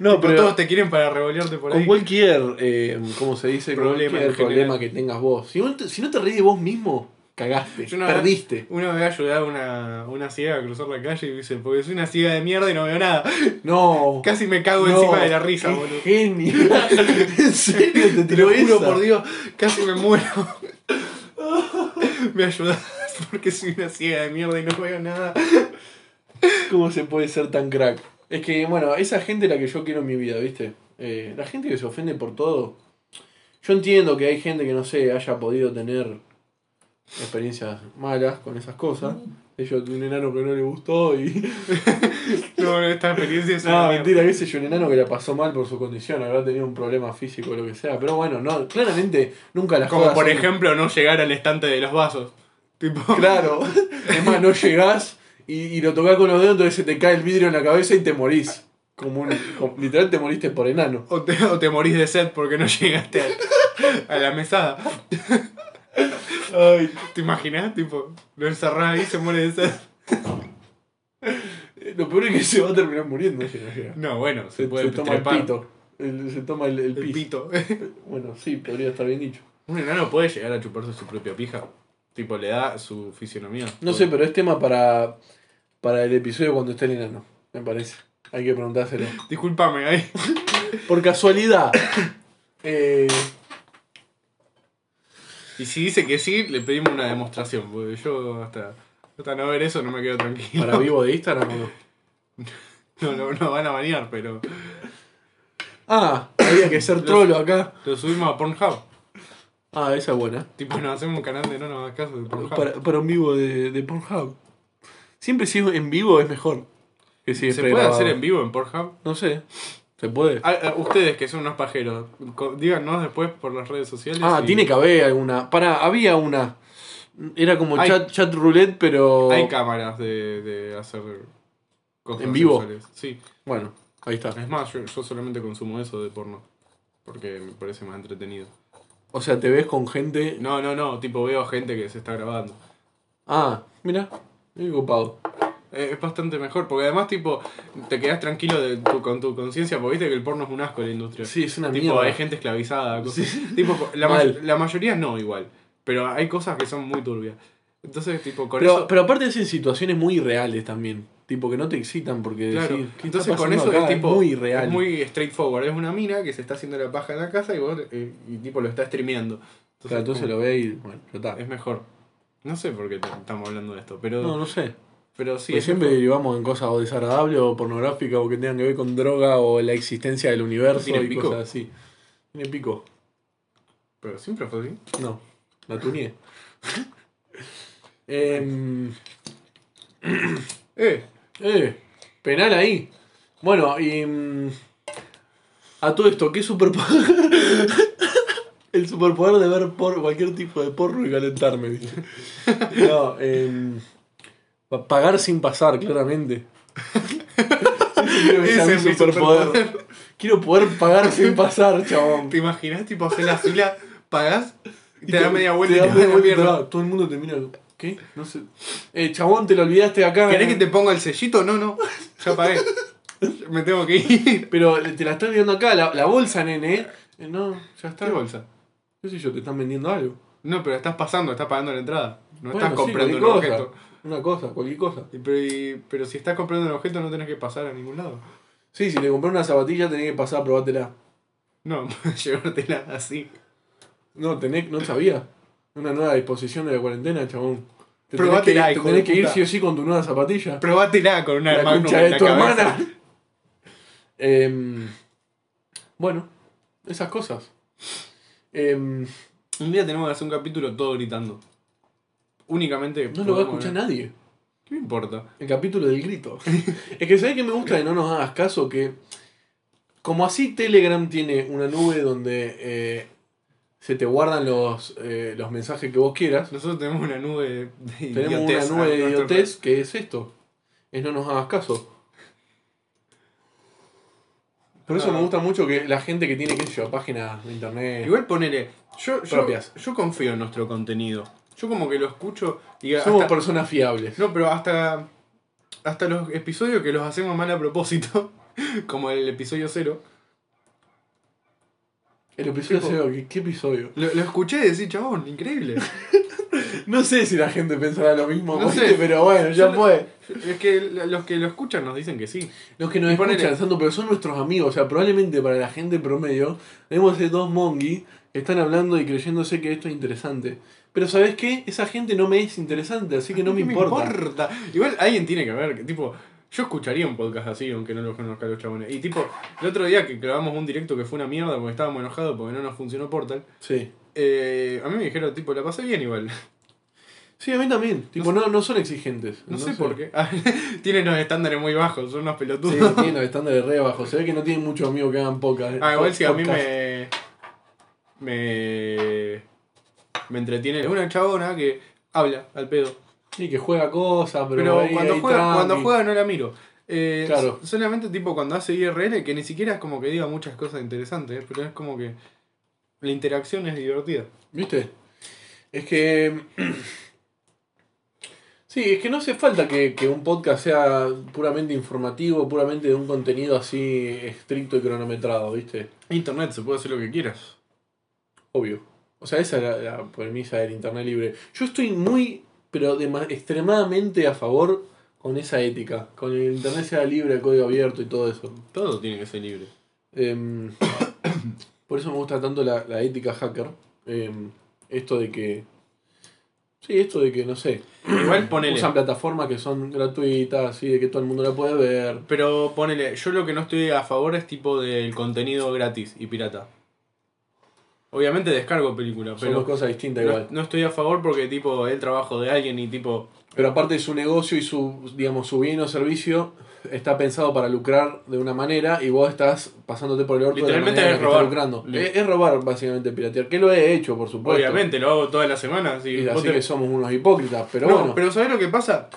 no,
Tipo,
pero
todos te quieren para revolearte por
con
ahí.
cualquier, eh, ¿cómo se dice?
Problema en
cualquier
general.
problema que tengas vos. Si, no te- si no te reís de vos mismo, cagaste,
Yo una vez-
perdiste.
Una vez ayudaba a una, una ciega a cruzar la calle y me dice, porque soy una ciega de mierda y no veo nada.
No.
Casi me cago
no,
encima de la risa,
qué
boludo.
Genio. en serio te
Te lo
tiró
juro
eso.
por Dios, casi me muero. me ayudas porque soy una ciega de mierda y no veo nada.
¿Cómo se puede ser tan crack? Es que, bueno, esa gente es la que yo quiero en mi vida, ¿viste? Eh, la gente que se ofende por todo. Yo entiendo que hay gente que, no sé, haya podido tener experiencias malas con esas cosas. De hecho, que un enano que no le gustó y...
No, esta experiencia es una
No,
mierda.
mentira, qué sé yo, un enano que la pasó mal por su condición, habrá tenido un problema físico o lo que sea. Pero bueno, no, claramente nunca las
Como
jodas
por
son-
ejemplo no llegar al estante de los vasos. Tipo,
Claro. Es más, no llegás y, y lo tocás con los dedos, entonces se te cae el vidrio en la cabeza y te morís. Como un, como- literal te moriste por enano.
o te, o te morís de sed porque no llegaste a, a la mesada.
Ay,
¿Te imaginas? Tipo, lo encerrás ahí y se muere de sed.
Eh, lo peor es que se va a terminar muriendo si no llega.
No, bueno, se,
Se,
puede
se toma el
trepar.
pito. El- se toma el, el
El
pis.
pito.
Bueno, sí, podría estar bien dicho.
Un enano puede llegar a chuparse su propia pija. Tipo, le da su fisionomía.
No sé, pero es tema para, para el episodio cuando esté el enano, me parece. Hay que preguntárselo.
Disculpame, ahí.
Por casualidad. eh,
Y si dice que sí, le pedimos una demostración. Porque yo hasta, hasta no ver eso no me quedo tranquilo.
para vivo de Instagram o no.
No, no, no van a banear, pero.
Ah, había que ser trolo acá.
Lo subimos a Pornhub.
Ah, esa es buena.
Tipo, nos hacemos un canal de no nos hagas caso de Pornhub.
Para, para un vivo de, de Pornhub. Siempre si es en vivo es mejor. Que si es
¿Se puede
pregrabado.
hacer en vivo en Pornhub?
No sé. ¿Se puede?
Ah, ah, ustedes que son unos pajeros, co- díganos después por las redes sociales.
Ah,
y-
tiene que haber alguna. Para, había una. Era como
Hay-
chat, chat roulette, pero.
Hay cámaras de, de hacer cosas
¿En vivo?
sexuales. Sí.
Bueno, ahí está.
Es más, yo, yo solamente consumo eso de porno. Porque me parece más entretenido.
O sea, te ves con gente.
No, no, no. Tipo, veo gente que se está grabando.
Ah, mira. Muy copado.
Eh, Es bastante mejor, porque además, tipo, te quedas tranquilo de tu- con tu conciencia, porque viste que el porno es un asco en la industria.
Sí, es una
tipo,
mierda.
hay gente esclavizada, cosas. Tipo, la,
Mal.
may- la mayoría no igual, pero hay cosas que son muy turbias. Entonces, tipo, con
pero,
eso...
pero aparte es en situaciones muy reales también. Tipo que no te excitan porque
claro,
decís, ¿qué está
entonces con
pasando
eso
acá?
es tipo...
muy real.
es muy straightforward, es una mina que se está haciendo la paja en la casa y, vos, eh, y tipo, lo está streameando. Entonces,
Claro, entonces
como-
lo ve y bueno, ya está.
es mejor. No sé por qué te- estamos hablando de esto, pero,
No, no sé.
pero sí...
Porque
es
siempre
mejor.
derivamos en cosas o desagradables o pornográficas o que tengan que ver con droga o la existencia del universo
¿Tiene
y
pico?
cosas así. Tiene pico.
Pero siempre fue así.
No, la tuneé. Em,
Eh,
eh, penal ahí. Bueno, y. mm, a todo esto, ¿qué superpoder? El superpoder de ver por, cualquier tipo de porro y calentarme, dice. No, em, pa- pagar sin pasar, claramente. Ese creo que sea
Ese
mi
es mi
superpoder. Quiero poder pagar sin pasar, chabón.
¿Te imaginas tipo hacer la fila, pagás y te da media
te
vuelta y
da
te da la
media
mierda?
vuelta, Todo el mundo te mira. ¿Qué? No sé. Eh, chabón, te lo olvidaste acá.
¿Querés que te ponga el sellito? No, no. Ya pagué. Me tengo que ir.
Pero te la estás viendo acá, la, la bolsa, nene. eh. Eh, No, ya está.
¿Qué bolsa?
¿Qué sé yo? Te están vendiendo algo.
No, pero estás pasando, estás pagando la entrada. No
Bueno,
estás
sí,
comprando un
cualquier cosa.
objeto.
Una cosa, cualquier cosa.
Y, pero, y- pero si estás comprando un objeto no tenés que pasar a ningún lado.
Sí, si te compré una zapatilla tenés que pasar a probártela.
No, llevártela así.
No, tenés, no sabía. Una nueva disposición de la cuarentena, chabón. Te tenés que,
Probatela,
ir- te
hijo de
tenés que ir
puta.
sí o sí con tu nueva zapatilla.
Probatela con una
la
magnum
concha
en
de
la
tu
cabeza.
hermana. Em, bueno, esas cosas. Em,
Un día tenemos que hacer un capítulo todo gritando. Únicamente.
no lo va a escuchar nadie.
¿Qué me importa?
El capítulo del grito. es que sabes que me gusta que no nos hagas caso que. Como así Telegram tiene una nube donde eh, se te guardan los, eh, los mensajes que vos quieras.
Nosotros tenemos una nube de de
Tenemos
idiotez
una nube
a
de
nuestro
idiotez que es esto. Es no nos hagas caso. Por eso
Ah.
me gusta mucho que la gente que tiene, qué sé yo, páginas de internet.
Igual ponele, yo, yo,
Propias.
yo confío en nuestro contenido. Yo como que lo escucho y hasta,
Somos personas fiables.
No, pero hasta hasta los episodios que los hacemos mal a propósito, como el episodio cero,
El episodio
Tipo-
cero, ¿qué, qué episodio?
lo, lo escuché y decir, chabón, increíble.
No sé si la gente pensará lo mismo,
No
¿viste?
sé.
pero bueno, ya
Yo-
fue.
es que l- los que lo escuchan nos dicen que sí.
Los que nos
Y ponele-
escuchan, Santo, pero son nuestros amigos. O sea, probablemente para la gente promedio, tenemos de dos mongi que están hablando y creyéndose que esto es interesante. Pero ¿sabes qué? Esa gente no me es interesante, así que no me
¿Qué
importa.
Igual alguien tiene que ver, que tipo, yo escucharía un podcast así, aunque no lo conozca los chabones. Y tipo, el otro día que grabamos un directo que fue una mierda porque estábamos enojados porque no nos funcionó Portal,
Sí.
eh, a mí me dijeron, tipo, la pasé bien igual.
Sí, a mí también. Tipo, no, no son exigentes.
No, sé, por qué. Ah, tienen unos estándares muy bajos, son unos
Sí,
pelotudos.
tienen los estándares re bajos. Se ve que no tienen muchos amigos que hagan pocas.
ah, igual si a mí me. Me. Me entretiene. Es una chabona que habla al pedo.
Sí, que juega cosas, pero,
Pero,
ahí-
cuando,
ahí
juega,
tranqui.
cuando juega no la miro. Eh,
Claro.
so- Solamente tipo cuando hace IRL, que ni siquiera es como que diga muchas cosas interesantes, eh, pero es como que. La interacción es divertida.
¿Viste? Es que. Sí, es que no hace falta que, que un podcast sea puramente informativo, puramente de un contenido así estricto y cronometrado, ¿viste?
Internet se puede hacer lo que quieras.
Obvio. O sea, esa es la, la premisa del Internet libre. Yo estoy muy, pero dema- extremadamente a favor con esa ética. Con el Internet sea libre, código abierto y todo eso.
Todo tiene que ser libre.
Em, por eso me gusta tanto la, la ética hacker. Em, esto de que... Sí, esto de que, no sé,
Igual ponele.
usan plataformas que son gratuitas, así de que todo el mundo la puede ver.
Pero ponele, yo lo que no estoy a favor es tipo del contenido gratis y pirata. Obviamente descargo películas,
Son dos
pero
cosas distintas
no,
igual.
no estoy a favor porque tipo el trabajo de alguien y tipo
Pero aparte su negocio y su, digamos, su bien o servicio está pensado para lucrar de una manera y vos estás pasándote por el orto
Literalmente
de la manera
es
en la que
robar.
está lucrando.
Li-
Es, es robar básicamente piratear, que lo he hecho, por supuesto.
obviamente lo hago todas las semanas y
Y
vos
así
te-
que somos unos hipócritas, pero
No,
bueno.
pero ¿sabés lo que pasa?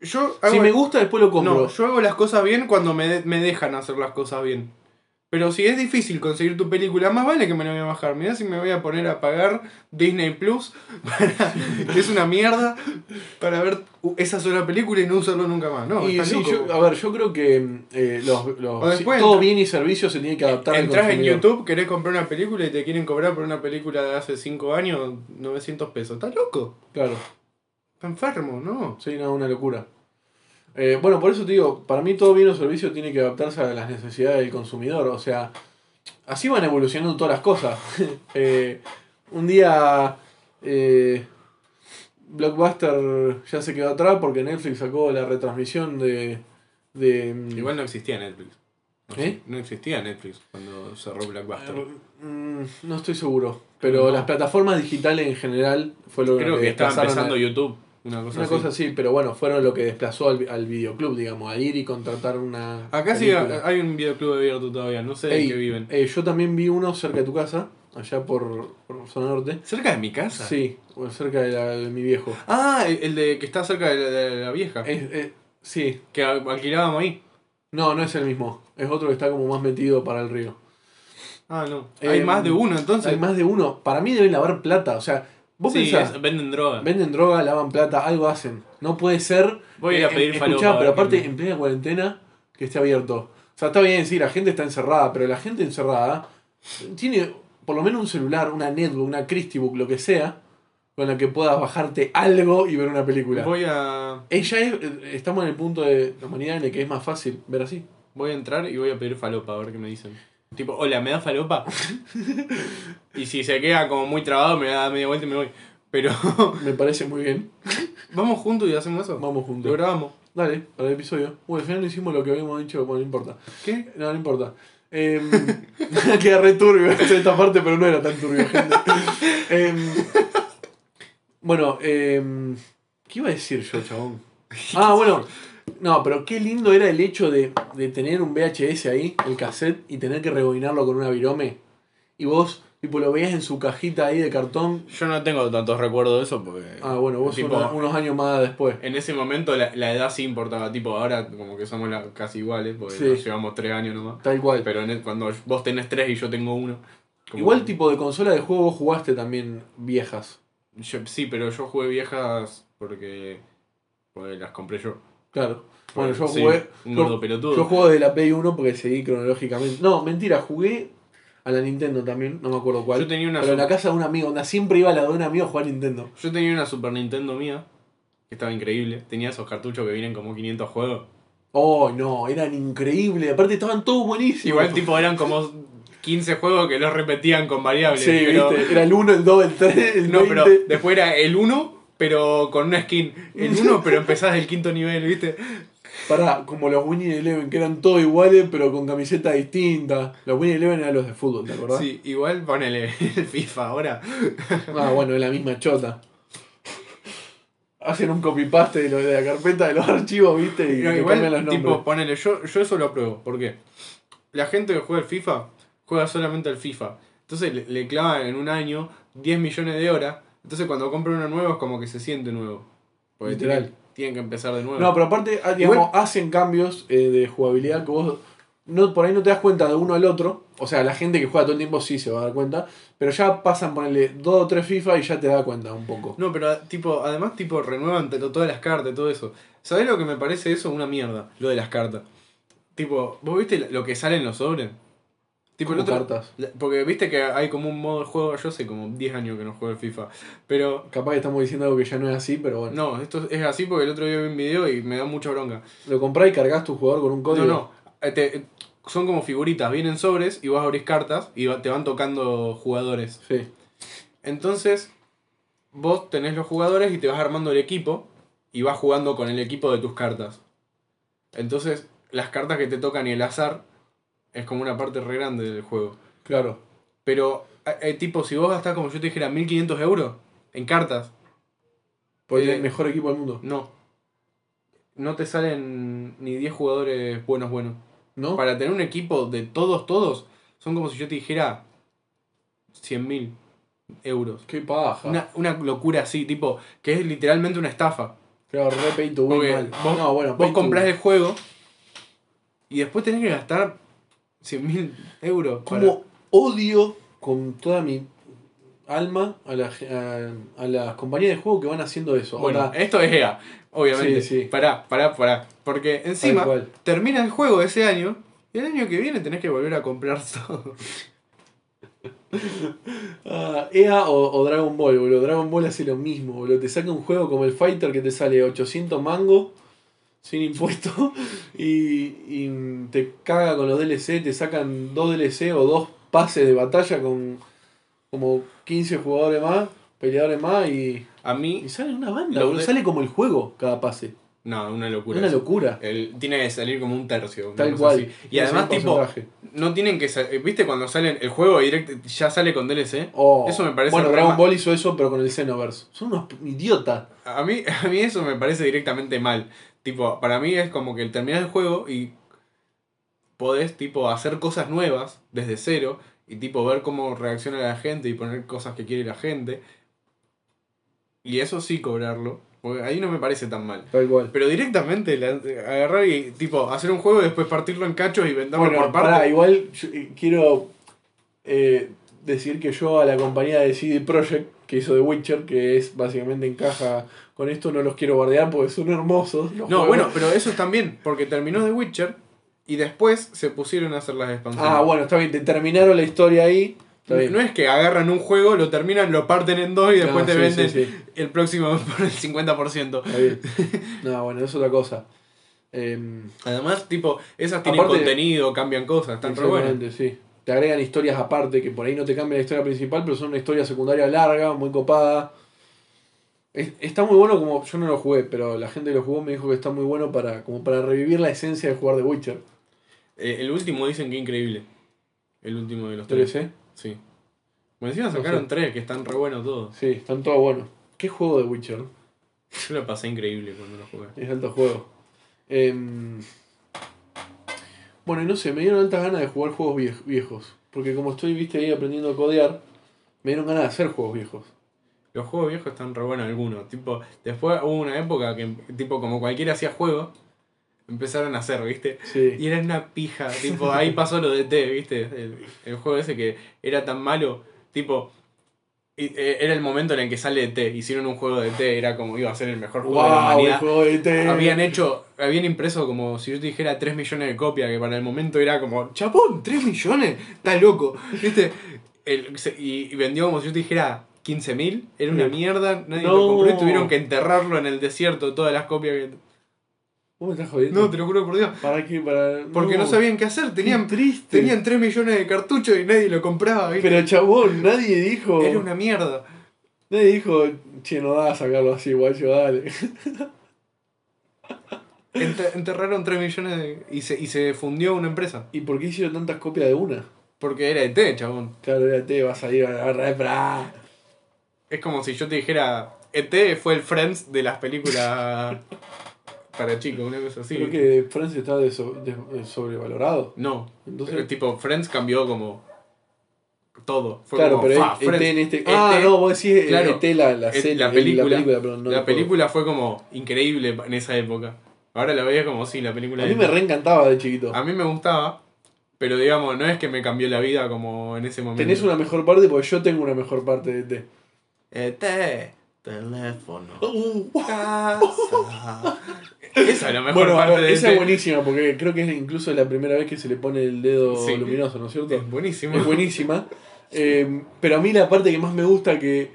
Yo hago,
si me gusta, después lo compro.
no, yo hago las cosas bien cuando me, de- me dejan hacer las cosas bien. Pero si es difícil conseguir tu película, más vale que me la voy a bajar. Mirá si me voy a poner a pagar Disney Plus, para- que es una mierda, para ver esa sola película y no usarlo nunca más. No,
Y
estás
sí,
loco.
yo- a ver, yo creo que eh, los, los-
O después
sí, todo
entra-
bien y servicio se tiene que adaptar al
Entrás en
consumidor.
YouTube, querés comprar una película y te quieren cobrar por una película de hace 5 años 900 pesos. ¿Estás loco?
Claro,
¿Estás enfermo? No.
sí, no, una locura. Eh, bueno, por eso te digo, para mí todo bien o servicio tiene que adaptarse a las necesidades del consumidor. O sea, así van evolucionando todas las cosas. Eh, un día eh, Blockbuster ya se quedó atrás porque Netflix sacó la retransmisión de... de mm,
Igual no existía Netflix. No,
¿Eh?
no existía Netflix cuando cerró Blackbuster.
Mm, no estoy seguro, pero
No.
las plataformas digitales en general fue lo
Creo que estaba
desplazaron
empezando
eh, a-
YouTube. Una cosa
Una
así.
cosa así, pero bueno, fueron lo que desplazó al, al videoclub, digamos, a ir y contratar una.
Acá sí
película.
hay un videoclub abierto todavía, no sé
Ey,
de qué viven.
eh, yo también vi uno cerca de tu casa, allá por, por zona norte.
¿Cerca de mi casa?
Sí, o cerca de, la- de mi viejo.
Ah, el el de que está cerca de la, de la vieja.
Es- es- sí,
Que al- alquilábamos ahí.
no, no es el mismo. Es otro que está como más metido para el río.
Ah, no.
Eh,
hay más de uno entonces.
Hay más de uno. Para mí deben lavar plata. O sea, vos
Sí,
pensás,
es- venden droga.
Venden droga, lavan plata, algo hacen. No puede ser.
Voy a ir a
eh,
pedir
eh,
falopa,
escuchá,
a ver
pero
qué
aparte,
me-
en plena cuarentena, que esté abierto. O sea, está bien, sí, la gente está encerrada, pero la gente encerrada tiene por lo menos un celular, una netbook, una Christiebook, lo que sea, con la que puedas bajarte algo y ver una película.
Voy a
Ella es, eh, estamos en el punto de la humanidad en el que es más fácil ver así.
voy a entrar y voy a pedir falopa a ver qué me dicen. Tipo, hola, ¿me da falopa? y si se queda como muy trabado, me da media vuelta y me voy. Pero
Me parece muy bien.
vamos juntos y hacemos eso.
Vamos
Lo
juntos.
grabamos.
Dale, para el episodio. Uy, al final no hicimos lo que habíamos dicho, bueno, no importa.
¿Qué?
No, no importa. Eh, queda re turbio esta parte, pero no era tan turbio, gente. Em, bueno, em, ¿qué iba a decir yo, chabón? Ah, bueno. No, pero qué lindo era el hecho de, de tener un VHS ahí, el cassette, y tener que rebobinarlo con una virome. Y vos, tipo, lo veías en su cajita ahí de cartón.
Yo no tengo tantos recuerdos de eso porque.
Ah, bueno, vos
Tipo-
una- unos años más después.
En ese momento la, la edad sí importaba, tipo ahora como que somos la- casi iguales, porque
Sí.
nos llevamos tres años nomás.
Tal cual.
Pero en el- cuando vos tenés tres y yo tengo uno. como-
Igual tipo de consola de juego vos jugaste también viejas.
Yo- sí, pero yo jugué viejas porque, porque las compré yo.
Claro. Bueno, yo
Sí,
jugué.
un
yo-
gordo pelotudo.
Yo juego desde la Play 1 porque seguí cronológicamente. No, mentira, jugué a la Nintendo también, no me acuerdo cuál.
Yo tenía una
pero en
Super-
la casa de un amigo, onda, siempre iba a la de un amigo a jugar Nintendo.
Yo tenía una Super Nintendo mía, que estaba increíble. Tenía esos cartuchos que vienen como 500 juegos.
Oh, no, eran increíbles. Aparte, estaban todos buenísimos.
Igual tipo eran como 15 juegos que los repetían con variables.
Sí,
pero-
viste, era el 1, el 2, el 3, el
No,
20.
pero después era el 1, pero con una skin. El 1, pero empezás del quinto nivel, ¿viste?
Pará, como los Winnie Eleven, que eran todos iguales, pero con camisetas distintas. Los Winnie Eleven eran los de fútbol, ¿te acordás?
Sí, igual ponele el FIFA ahora.
Ah, bueno, es la misma chota. Hacen un copy-paste de, lo- de la carpeta de los archivos, viste, y
No,
le cambian los
igual,
nombres.
tipo, ponele, yo, yo eso lo apruebo. ¿Por qué? La gente que juega el FIFA juega solamente el FIFA. Entonces le, le clavan en un año 10 millones de horas. Entonces cuando compra uno nuevo es como que se siente nuevo. Porque
Literal.
Tienen, tienen que empezar de nuevo.
No, pero aparte, ah, digamos, hacen cambios eh, de jugabilidad que vos no, por ahí no te das cuenta de uno al otro. O sea, la gente que juega todo el tiempo sí se va a dar cuenta. Pero ya pasan, ponerle dos o tres FIFA y ya te da cuenta un poco.
No, pero tipo, además tipo renuevan to- todas las cartas, todo eso. ¿Sabés lo que me parece eso? Una mierda, lo de las cartas. Tipo, ¿vos viste lo que sale en los sobres? Tipo, el
¿Cómo
otro-
cartas?
la- Porque viste que hay como un modo de juego, yo sé como 10 años que no juego el FIFA. Pero
Capaz que estamos diciendo algo que ya no es así, pero bueno.
no, esto es así porque el otro día vi un video y me da mucha bronca.
Lo comprás y cargas tu jugador con un
No,
código.
no. eh, te- eh, son como figuritas, vienen sobres y vas a abrir cartas y va- te van tocando jugadores.
Sí.
Entonces, vos tenés los jugadores y te vas armando el equipo y vas jugando con el equipo de tus cartas. Entonces, las cartas que te tocan y el azar es como una parte re grande del juego.
Claro.
Pero, eh, eh, tipo, si vos gastás como yo te dijera 1500 euros en cartas,
Porque
Eh,
tenés el mejor equipo del mundo.
no. No te salen ni 10 jugadores buenos, buenos.
¿No?
Para tener un equipo de todos, todos, son como si yo te dijera 100.000 euros.
Qué paja.
Una, una locura así, tipo, que es literalmente una estafa.
Claro, re pay to win
Porque
mal.
vos,
no, bueno,
vos
pay to
comprás
win.
el juego y después tenés que gastar 100 mil euros. para-
Como odio con toda mi alma a, la ge- a- a las compañías de juego que van haciendo eso.
Bueno,
Onda,
esto es EA, obviamente.
Sí, sí.
Pará, pará, pará. Porque encima
Tal cual.
termina el juego de ese año y el año que viene tenés que volver a comprar todo.
Ah, EA o, o Dragon Ball, boludo. Dragon Ball hace lo mismo, boludo. Te saca un juego como el Fighter que te sale 800 mango sin impuesto y, y te caga con los DLC. Te sacan dos DLC o dos pases de batalla con como 15 jugadores más, peleadores más y,
A mí,
y sale una banda.
Lo
boludo.
de-
Sale como el juego cada pase.
no, una locura.
Es una
eso.
locura.
El- tiene que salir como un tercio. una
Tal
cosa
cual.
así. Y además, tipo, no tienen que. sa- eh, ¿Viste cuando salen el juego directo ya sale con DLC? Eso me parece
Bueno,
re
Dragon
ma-
Ball hizo eso, pero con el Xenoverse. Son unos p- idiotas.
A mí, a mí eso me parece directamente mal. Tipo, para mí es como que terminás el juego y podés, tipo, hacer cosas nuevas desde cero y, tipo, ver cómo reacciona la gente y poner cosas que quiere la gente. Y eso sí cobrarlo. Porque ahí no me parece tan mal.
Tal cual.
Pero directamente la- agarrar y, tipo, hacer un juego y después partirlo en cachos y venderlo
Bueno,
por partes.
pará, igual yo, eh, quiero eh, decir que yo a la compañía de CD Projekt que hizo The Witcher, que es básicamente encaja con esto, no los quiero bardear porque son hermosos. los
No,
juegos.
bueno, pero eso también, porque terminó The Witcher y después se pusieron a hacer las expansiones.
Ah, bueno, está bien, te terminaron la historia ahí. Está bien.
No es que agarran un juego, lo terminan, lo parten en dos y después
Ah,
te
sí,
venden
sí, sí,
el próximo por el 50%.
está bien. No, bueno, es otra cosa. Em,
Además, tipo, esas tienen
Aparte-
contenido, cambian cosas, están re buenas.
Exactamente, sí. Te agregan historias aparte que por ahí no te cambia la historia principal, pero son una historia secundaria larga, muy copada. Es- Está muy bueno como. Yo no lo jugué, pero la gente que lo jugó me dijo que está muy bueno para, como para revivir la esencia de jugar de Witcher
Eh, el último dicen que increíble. El último de los tres.
3, ¿eh?
Sí. Bueno,
Ah,
encima sacaron tres que están re buenos todos.
Sí, están todos buenos. ¿Qué juego de Witcher?
Yo la pasé increíble cuando lo jugué.
Es alto juego. Em, bueno, y no sé, me dieron altas ganas de jugar juegos viej- viejos. Porque como estoy, viste, ahí aprendiendo a codear, me dieron ganas de hacer juegos viejos.
Los juegos viejos están re buenos algunos. Tipo, después hubo una época que, tipo, como cualquiera hacía juego, empezaron a hacer, ¿viste?
Sí.
Y era una pija, tipo, ahí pasó lo de E T, ¿viste? El, el juego ese que era tan malo, tipo, y- eh, era el momento en el que sale E T, hicieron un juego de E T, era como iba a ser el mejor juego de la
¡Wow! El
humanidad.
juego de E IT.
Habían hecho, habían impreso como si yo te dijera 3 millones de copias, que para el momento era como, chapón, 3 millones, está loco, ¿viste? El- se- y, y vendió como si yo te dijera 15 mil, era una
Sí.
mierda, nadie
No.
lo compró y tuvieron que enterrarlo en el desierto, todas las copias que...
¿Vos me estás jodiendo?
No, te lo juro por Dios.
¿Para qué? Para...
Porque no, sabían qué hacer, tenían,
triste.
tenían 3 millones de cartuchos y nadie lo compraba, ¿viste?
Pero chabón, nadie dijo.
Era una mierda.
Nadie dijo, che, no da a sacarlo así, guacho, dale.
Enter- enterraron 3 millones de- y, se, y se fundió una empresa.
¿Y por qué hicieron tantas copias de una?
Porque era ET, chabón.
Claro, ya te vas a ir a la repra.
Es como si yo te dijera, ET fue el Friends de las películas para chicos, una cosa así.
Creo que Francia está deso- de- eh, sobrevalorado.
No,
Entonces-
Eh, tipo, Friends cambió como todo. Fue
claro,
como,
pero
"Fa,
ET en
Friends".
este.
ET,
Ah, no, vos decís
claro,
ET la, la
ET,
serie,
la
el-
película.
perdón, no el
la
juego.
película fue como increíble en esa época. Ahora la veía como sí, la película
A
de
mí me
ET.
reencantaba de chiquito.
A mí me gustaba, pero digamos, no es que me cambió la vida como en ese momento.
Tenés una mejor parte porque yo tengo una mejor parte de ET.
ET, Eh, teléfono.
Uh,
Casa. Esa es la mejor
bueno,
parte de
esa
ET.
es buenísima porque creo que es incluso la primera vez que se le pone el dedo
Sí.
luminoso, ¿no es cierto?
Es buenísimo.
es buenísima. Eh, pero a mí la parte que más me gusta que,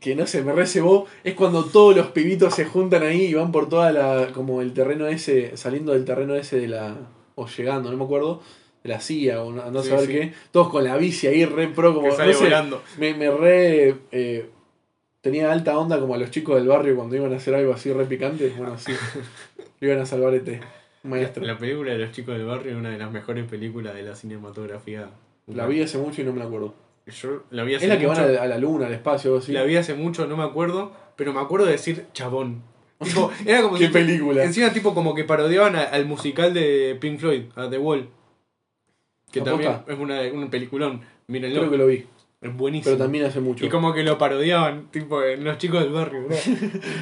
que no sé, me recebó es cuando todos los pibitos se juntan ahí y van por toda la. como el terreno ese, saliendo del terreno ese de la. o llegando, no me acuerdo, de la CIA o no, no
Sí,
saber
sí.
qué. Todos con la bici ahí re pro, como.
que sale
no sé,
volando.
me, me re. eh, tenía alta onda como a los chicos del barrio cuando iban a hacer algo así re picante. Bueno, sí. iban a salvar este maestro.
La película de los chicos del barrio es una de las mejores películas de la cinematografía.
La vi hace mucho y no me la acuerdo.
Yo la vi hace
Es la que
mucho.
van a la, a la luna, al espacio, algo así.
La vi hace mucho, no me acuerdo, pero me acuerdo de decir chabón. Tipo, era como
¿Qué
si-
película?
Encima, tipo, como que parodiaban a- al musical de Pink Floyd, a The Wall. Que
¿Aposta?
también es una, un peliculón. Mírenlo.
Creo que lo vi,
Es buenísimo.
pero también hace mucho.
Y como que lo parodiaban, tipo, en los chicos del barrio. ¿no?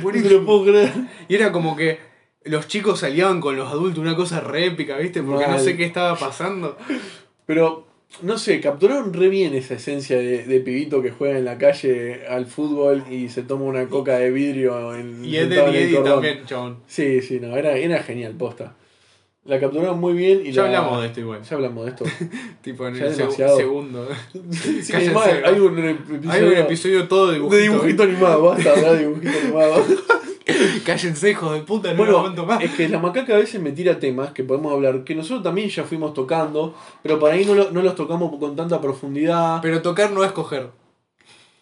No te lo puedo creer.
Y era como que los chicos se aliaban con los adultos, una cosa re épica, ¿viste? Porque
Mal.
no sé qué estaba pasando.
Pero, no sé, capturaron re bien esa esencia de, de pibito que juega en la calle al fútbol y se toma una coca de vidrio en,
Y
sentado
Eden
en
y
el
Eddie
cordón.
también, chabón.
Sí, sí, no, era, era genial, posta. La capturaron muy bien y
Ya
la-
hablamos de esto igual.
Ya hablamos de esto.
Tipo, en
Ya
el seg-
demasiado.
segundo.
Sí,
Cállense,
es más,
¿no?
hay un episodio,
Hay un episodio todo de
de dibujito animado, basta hablar de dibujito animado.
Cállense, hijos de puta, no lo aguanto
Bueno, eh,
más.
es que la macaca a veces me tira temas que podemos hablar, que nosotros también ya fuimos tocando, pero para ahí no, lo- no los tocamos con tanta profundidad.
Pero tocar no es coger.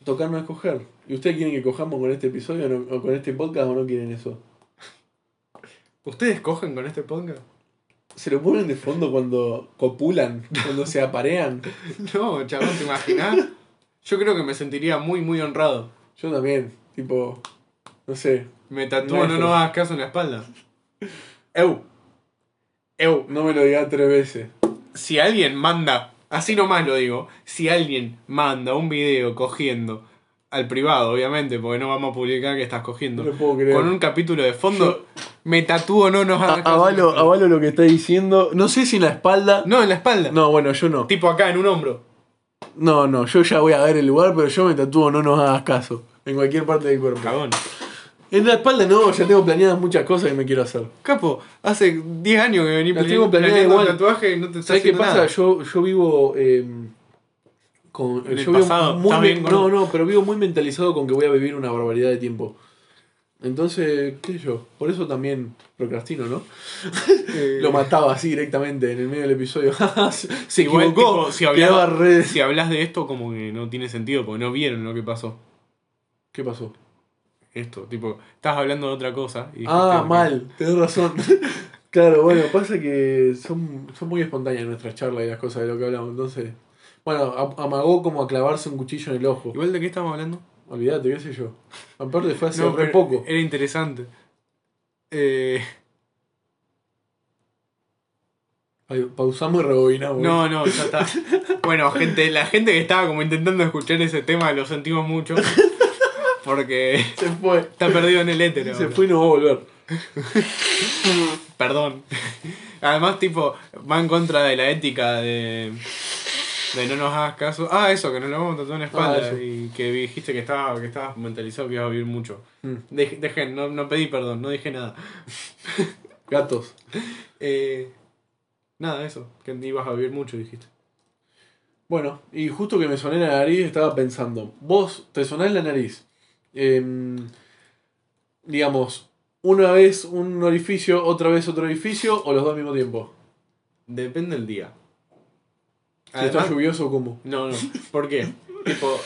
Tocar no es coger. ¿Y ustedes quieren que cojamos con este episodio o no- o con este podcast o no quieren eso?
¿Ustedes cogen con este podcast?
¿Se lo ponen de fondo cuando copulan, cuando se aparean?
No, chabón, ¿te imaginás? Yo creo que me sentiría muy, muy honrado.
Yo también, tipo, no sé,
Me tatúo,
No,
no
eso.
nos hagas caso en la espalda. Eu. Eu.
no me lo digas tres veces.
si alguien manda, así nomás lo digo, si alguien manda un video cogiendo al privado, obviamente, porque no vamos a publicar que estás cogiendo,
No lo puedo creer.
con un capítulo de fondo, me tatúo no nos hagas caso.
avalo lo que está diciendo. No sé si en la espalda.
No, en la espalda.
No, bueno, yo no.
Tipo acá, en un hombro.
No, no, yo ya voy a ver el lugar, pero yo me tatúo, no nos hagas caso. En cualquier parte del cuerpo.
Cagón.
En la espalda no, ya tengo planeadas muchas cosas que me quiero hacer.
Capo, hace 10 años que venís
Lo tengo planeado igual.
un tatuaje y no te estás
¿Sabes qué
haciendo
pasa?
nada.
Yo, yo vivo. eh, con,
En el
yo vivo
pasado,
muy
está bien,
men-
gordo.
no, no, pero vivo muy mentalizado con que voy a vivir una barbaridad de tiempo. Entonces, qué sé yo, por eso también procrastino, ¿no?
Eh,
Lo mataba así directamente en el medio del episodio. Se
Igual,
equivocó,
tipo, si hablaba-
quedaba re-
Si hablas de esto, como que no tiene sentido, porque no vieron lo que pasó.
¿Qué pasó?
esto. Tipo, estás hablando de otra cosa. Y
Ah,
dijiste,
mal, tenés razón. claro, bueno, pasa que son, son muy espontáneas nuestras charlas y las cosas de lo que hablamos. Entonces, bueno, a- amagó como a clavarse un cuchillo en el ojo.
Igual de qué estamos hablando.
Olvídate, qué sé yo. Aparte fue hace
No,
re
pero
poco.
Era interesante. Eh,
Ay, pausamos y rebobinamos.
no, no, ya está. Bueno, gente, la gente que estaba como intentando escuchar ese tema lo sentimos mucho. Porque
Se fue.
está perdido en el éter.
Se
ahora.
fue y no va a volver.
Perdón. Además, tipo, va en contra de la ética de. De no nos hagas caso. Ah, eso, que nos lo vamos a tatuar en la espalda.
Ah, eso.
y que dijiste que estabas que estabas mentalizado que ibas a vivir mucho.
Mm.
Dej- dejé, no, no pedí perdón, no dije nada.
Gatos.
Eh, nada, eso. Que ibas a vivir mucho, dijiste.
Bueno, y justo que me soné la nariz, estaba pensando. Vos te sonás la nariz. Em, digamos, una vez un orificio, otra vez otro orificio, o los dos al mismo tiempo.
Depende del día.
Si está lluvioso, ¿cómo?
no, no. ¿Por qué? tipo,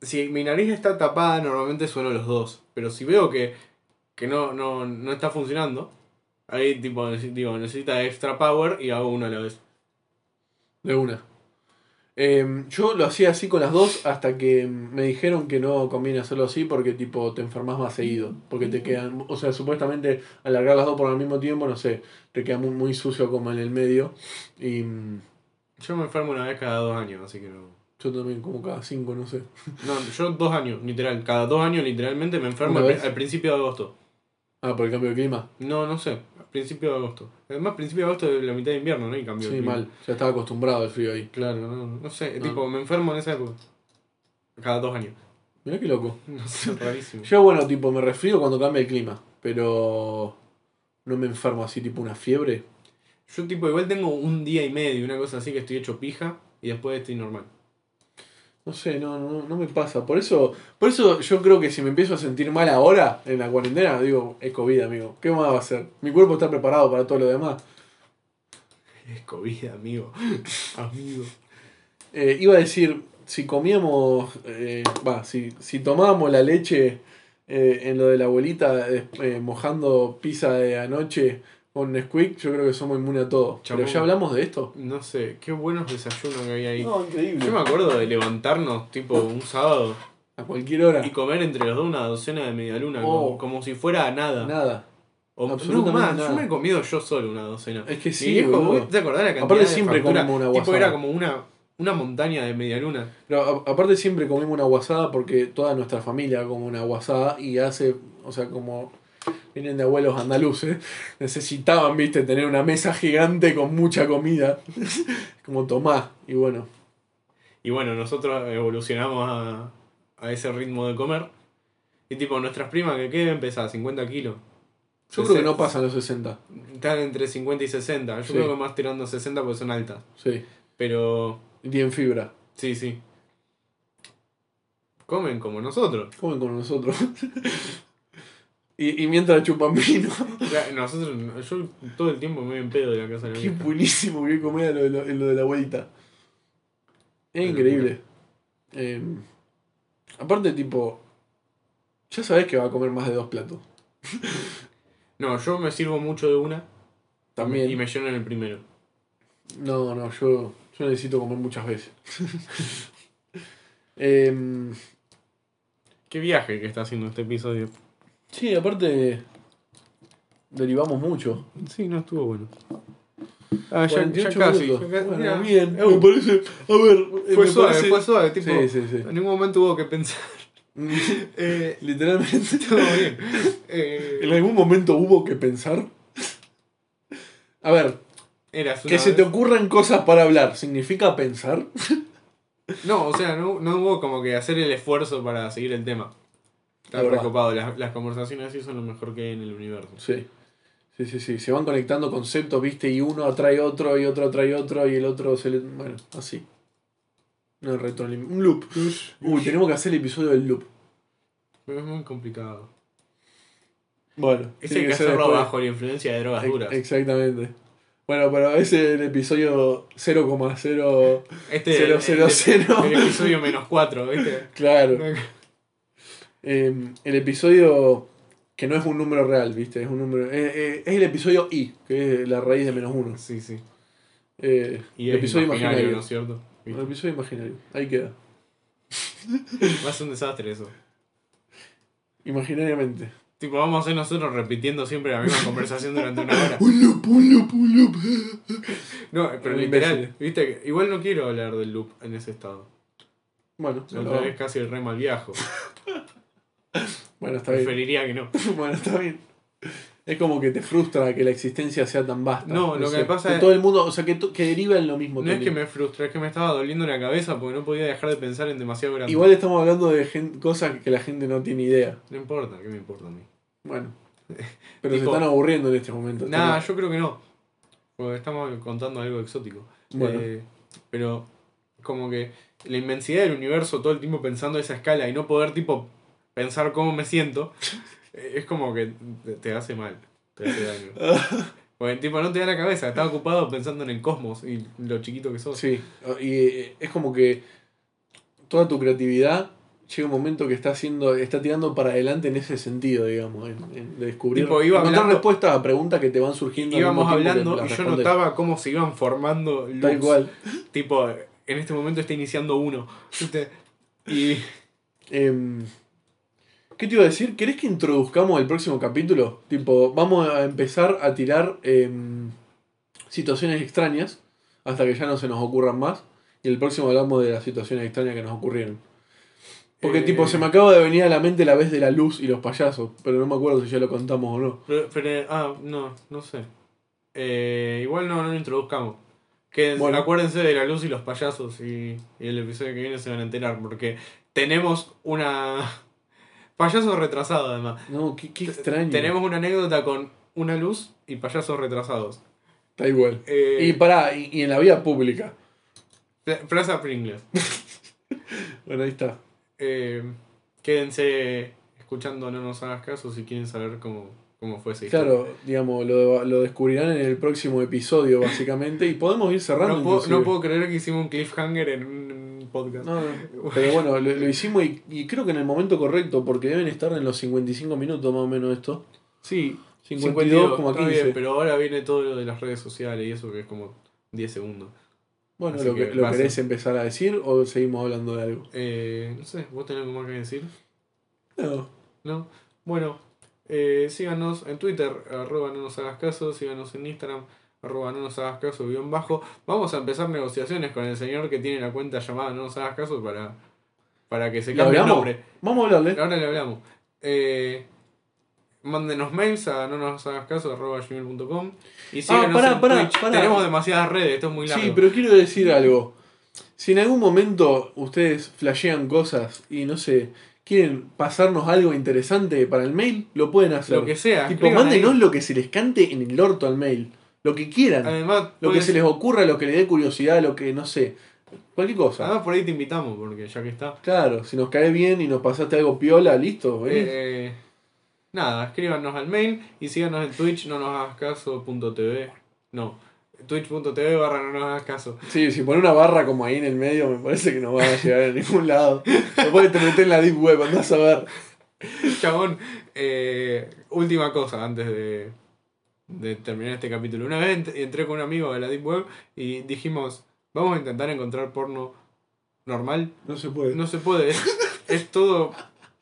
si mi nariz está tapada, normalmente sueno los dos. Pero si veo que, que no, no, no está funcionando, ahí tipo neci- digo, necesita extra power y hago uno a la vez.
De una. Em, yo lo hacía así con las dos hasta que me dijeron que no conviene hacerlo así porque tipo te enfermas más seguido. Porque te quedan, o sea, supuestamente alargar las dos por el mismo tiempo, no sé, te queda muy, muy sucio como en el medio. Y mm,
Yo me enfermo una vez cada dos años, así que no.
yo también como cada cinco, no sé.
No, yo dos años, literal. Cada dos años, literalmente, me enfermo
¿Una
al, pri-
vez?
al principio de agosto.
Ah, por el cambio de clima.
No, no sé. Al principio de agosto. Además, principio de agosto es la mitad de invierno, ¿no? Y cambio de
Sí,
clima.
mal. Ah. Ya estaba acostumbrado al frío ahí.
Claro, no, no sé.
No.
Tipo, me enfermo en esa época. Cada dos años.
Mirá qué loco.
No sé, rarísimo.
Yo, bueno, tipo, me resfrío cuando cambia el clima. Pero no me enfermo así, tipo una fiebre.
Yo, tipo, igual tengo un día y medio, una cosa así que estoy hecho pija y después estoy normal.
No sé, no, no, no me pasa. Por eso, por eso yo creo que si me empiezo a sentir mal ahora, en la cuarentena, digo, es COVID, amigo. ¿Qué más va a hacer? Mi cuerpo está preparado para todo lo demás.
Es COVID, amigo. amigo.
Eh, iba a decir, si comíamos, eh, va, si, si tomábamos la leche eh, en lo de la abuelita, eh, eh, mojando pizza de anoche con Nesquik, yo creo que somos inmunes a todo.
Chabón.
Pero ya hablamos de esto.
No sé, qué buenos desayunos que había ahí.
increíble.
Yo me acuerdo de levantarnos, tipo, un sábado
A cualquier hora.
y comer entre los dos una docena de medialunas, como,
Oh.
como si fuera nada.
Nada.
O,
absolutamente
no, más,
nada.
yo me he comido yo solo una docena.
Es que
Mi
sí,
viejo,
boludo.
¿vos ¿te acordás la cantidad
Aparte
de
siempre
factura?
comemos una
Tipo, era
guasada.
como una, una montaña de medialunas.
Pero a- aparte siempre comemos una guasada porque toda nuestra familia come una guasada y hace, o sea, como vienen de abuelos andaluces, necesitaban, viste, tener una mesa gigante con mucha comida, como Tomás, y bueno,
Y bueno, nosotros evolucionamos a, a ese ritmo de comer. Y tipo, nuestras primas que queden pesan 50 kilos. Sí,
yo creo
sí.
que no pasan los 60,
Están entre 50 y 60. Yo
Sí.
creo que más tirando 60 porque son altas.
sí,
Pero
y en fibra,
sí, sí. Comen como nosotros.
comen con nosotros. Y, y mientras chupan vino.
Ya, Nosotros, yo todo el tiempo me voy en pedo de la casa de la
Qué
vieja.
buenísimo que comía lo de, lo, lo de la abuelita. Es
Qué
increíble. Eh, aparte, tipo, ya sabés que va a comer más de dos platos.
No, yo me sirvo mucho de una
También.
y me lleno en el primero.
No, no, yo, yo necesito comer muchas veces. Em,
Qué viaje que está haciendo este episodio.
sí, aparte, derivamos mucho.
Sí, no estuvo bueno. Ah, ya, ya
48
casi. ya
minutos.
casi.
Bueno,
Mira,
bien,
eh,
me parece. A ver, eh,
Fue
me
suave,
parece-
fue suave, tipo.
Sí, sí, sí.
En ningún momento hubo que pensar. Eh,
Literalmente.
todo bien. Eh,
¿En algún momento hubo que pensar? A ver,
eras una
que se
vez.
te ocurran cosas para hablar, ¿significa pensar?
No, o sea, no, no hubo como que hacer el esfuerzo para seguir el tema. Está
Es verdad.
recopado. Las, las conversaciones así son lo mejor que hay en el universo.
Sí. Sí, sí, sí. Se van conectando conceptos, viste, y uno atrae otro, y otro atrae otro, y el otro se le... Bueno, así. No, retroalim- Un loop. Uy, tenemos que hacer el episodio del loop.
Pero es muy complicado.
Bueno.
Ese
tiene
hay que
ser
hacerlo
después.
bajo la influencia de drogas
Ex-
duras.
Exactamente. Bueno, pero ese es el episodio 0,0...
Este
Cero,
el-
cero,
el-
cero.
El, episodio menos 4, ¿viste?
Claro. eh, el episodio que no es un número real, ¿viste? Es un número. eh, eh, es el episodio I, que es la raíz de menos uno.
Sí, sí.
Eh,
Y
el
es
episodio imaginario.
¿no es cierto?
El episodio imaginario. Ahí queda.
Va a ser un desastre eso.
Imaginariamente.
Tipo, vamos a ser nosotros repitiendo siempre la misma conversación durante una hora.
Un loop, un loop, un loop.
No, pero
Un
literal,
imbécil.
viste, que- igual no quiero hablar del loop en ese estado.
Bueno,
La
no.
otra vez casi el re mal viajo.
bueno, está bien.
Preferiría que no.
bueno, está bien. Es como que te frustra que la existencia sea tan vasta.
No, lo que me pasa
que
es-
todo el mundo, o sea, que, to- que deriva en lo mismo.
No es que
también.
me frustra, es que me estaba doliendo la cabeza porque no podía dejar de pensar en demasiado grande.
Igual estamos hablando de gen- cosas que la gente no tiene idea.
No importa, ¿qué me importa a mí?
Bueno. Pero se
Tipo-
están aburriendo en este momento.
Nada,
Estamos-
yo creo que no. Porque estamos contando algo exótico.
Bueno.
Eh, pero como que la inmensidad del universo, todo el tiempo pensando esa escala y no poder tipo pensar cómo me siento, eh, es como que te- te hace mal. Te hace daño. Porque tipo no te da la cabeza, estás ocupado pensando en el cosmos y lo chiquito que sos.
Sí, y eh, es como que toda tu creatividad llega un momento que está haciendo, está tirando para adelante en ese sentido, digamos, en, en de descubrir
Tipo, iba
encontrar
hablando-
respuestas a preguntas que te van surgiendo. al
Íbamos
mismo tiempo que
hablando y
las
yo
respondes.
notaba cómo se iban formando loops.
Tal cual.
Tipo, en este momento está iniciando uno. ¿viste? Y
Em, ¿Qué te iba a decir? ¿Querés que introduzcamos el próximo capítulo? Tipo, vamos a empezar a tirar em, situaciones extrañas hasta que ya no se nos ocurran más. Y el próximo hablamos de las situaciones extrañas que nos ocurrieron. Porque,
Eh.
tipo, se me acaba de venir a la mente la vez de la luz y los payasos, pero no me acuerdo si ya lo contamos o no.
Pero, pero- ah, no, no sé. Eh, igual no, no lo introduzcamos. Que
Bueno.
acuérdense de la luz y los payasos y, y el episodio que viene se van a enterar porque tenemos una... Payaso retrasado además.
No, qué, qué extraño.
Tenemos una anécdota con una luz y payasos retrasados.
Está igual. Y
Eh,
pará, y, y en la vida pública.
Pla- Plaza Pringles.
Bueno, ahí está.
Eh, quédense escuchando No nos hagas caso si quieren saber cómo, cómo fue esa historia.
Claro, digamos, lo, lo descubrirán en el próximo episodio, básicamente. Y podemos ir cerrando.
No puedo,
inclusive.
no puedo creer que hicimos un cliffhanger en un podcast.
No, no. Pero bueno, lo, lo hicimos y, y creo que en el momento correcto, porque deben estar en los 55 minutos más o menos esto.
Sí,
52,15.
52, está bien, pero ahora viene todo lo de las redes sociales y eso que es como 10 segundos.
Bueno,
así
lo, que,
que
¿lo
va a
querés
ser.
empezar a decir o seguimos hablando de algo?
Eh, no sé, ¿vos tenés algo más que decir?
No.
¿No? Bueno, eh, síganos en Twitter, arroba no nos hagas caso, síganos en Instagram, arroba no nos hagas caso, guión bajo. Vamos a empezar negociaciones con el señor que tiene la cuenta llamada no nos hagas caso para, para que se
¿Le
cambie el
hablamos?
nombre.
Vamos a hablarle.
Ahora le hablamos. Eh, mándenos mails a no nos hagas caso arroba gmail.com y síganos
pará,
en
pará,
Twitch.
pará.
Tenemos demasiadas redes, esto es muy largo.
Sí, pero quiero decir algo. Si en algún momento ustedes flashean cosas y no sé, quieren pasarnos algo interesante para el mail, lo pueden hacer.
Lo que sea.
tipo,
escriban ahí. Ah,
mándenos lo que se les cante en el orto al mail. Lo que quieran.
Además,
Lo que
puedes-
se les ocurra, lo que les dé curiosidad, lo que no sé. Cualquier cosa.
además por ahí te invitamos, porque ya que está.
Claro, si nos cae bien y nos pasaste algo piola, listo. venís.
Eh, eh, nada, escríbanos al mail y síganos en Twitch, no nos hagas caso punto TV. No, twitch.tv barra no nos hagas caso.
Sí, si pone una barra como ahí en el medio, me parece que no va a llegar a ningún lado. Después te metes en la deep web, andás a ver.
Chabón, eh, última cosa antes de, de terminar este capítulo. Una vez ent- entré con un amigo de la Deep Web y dijimos, vamos a intentar encontrar porno normal.
No se puede.
No se puede, es, es todo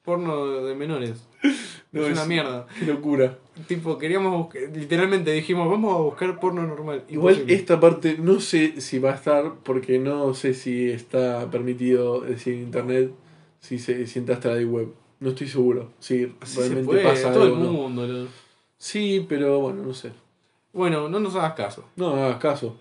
porno de menores.
No,
es
es-
una mierda.
Qué locura.
Tipo, queríamos buscar, literalmente dijimos, vamos a buscar porno normal.
Igual
Imposible.
esta parte no sé si va a estar, porque no sé si está permitido decir en internet si, se, si entraste a la deep web. No estoy seguro. Si
Así se
realmente
puede,
pasa
todo
algo.
el
o no.
mundo. lo-
Sí, pero bueno, no sé.
Bueno, no nos hagas caso.
No me hagas caso.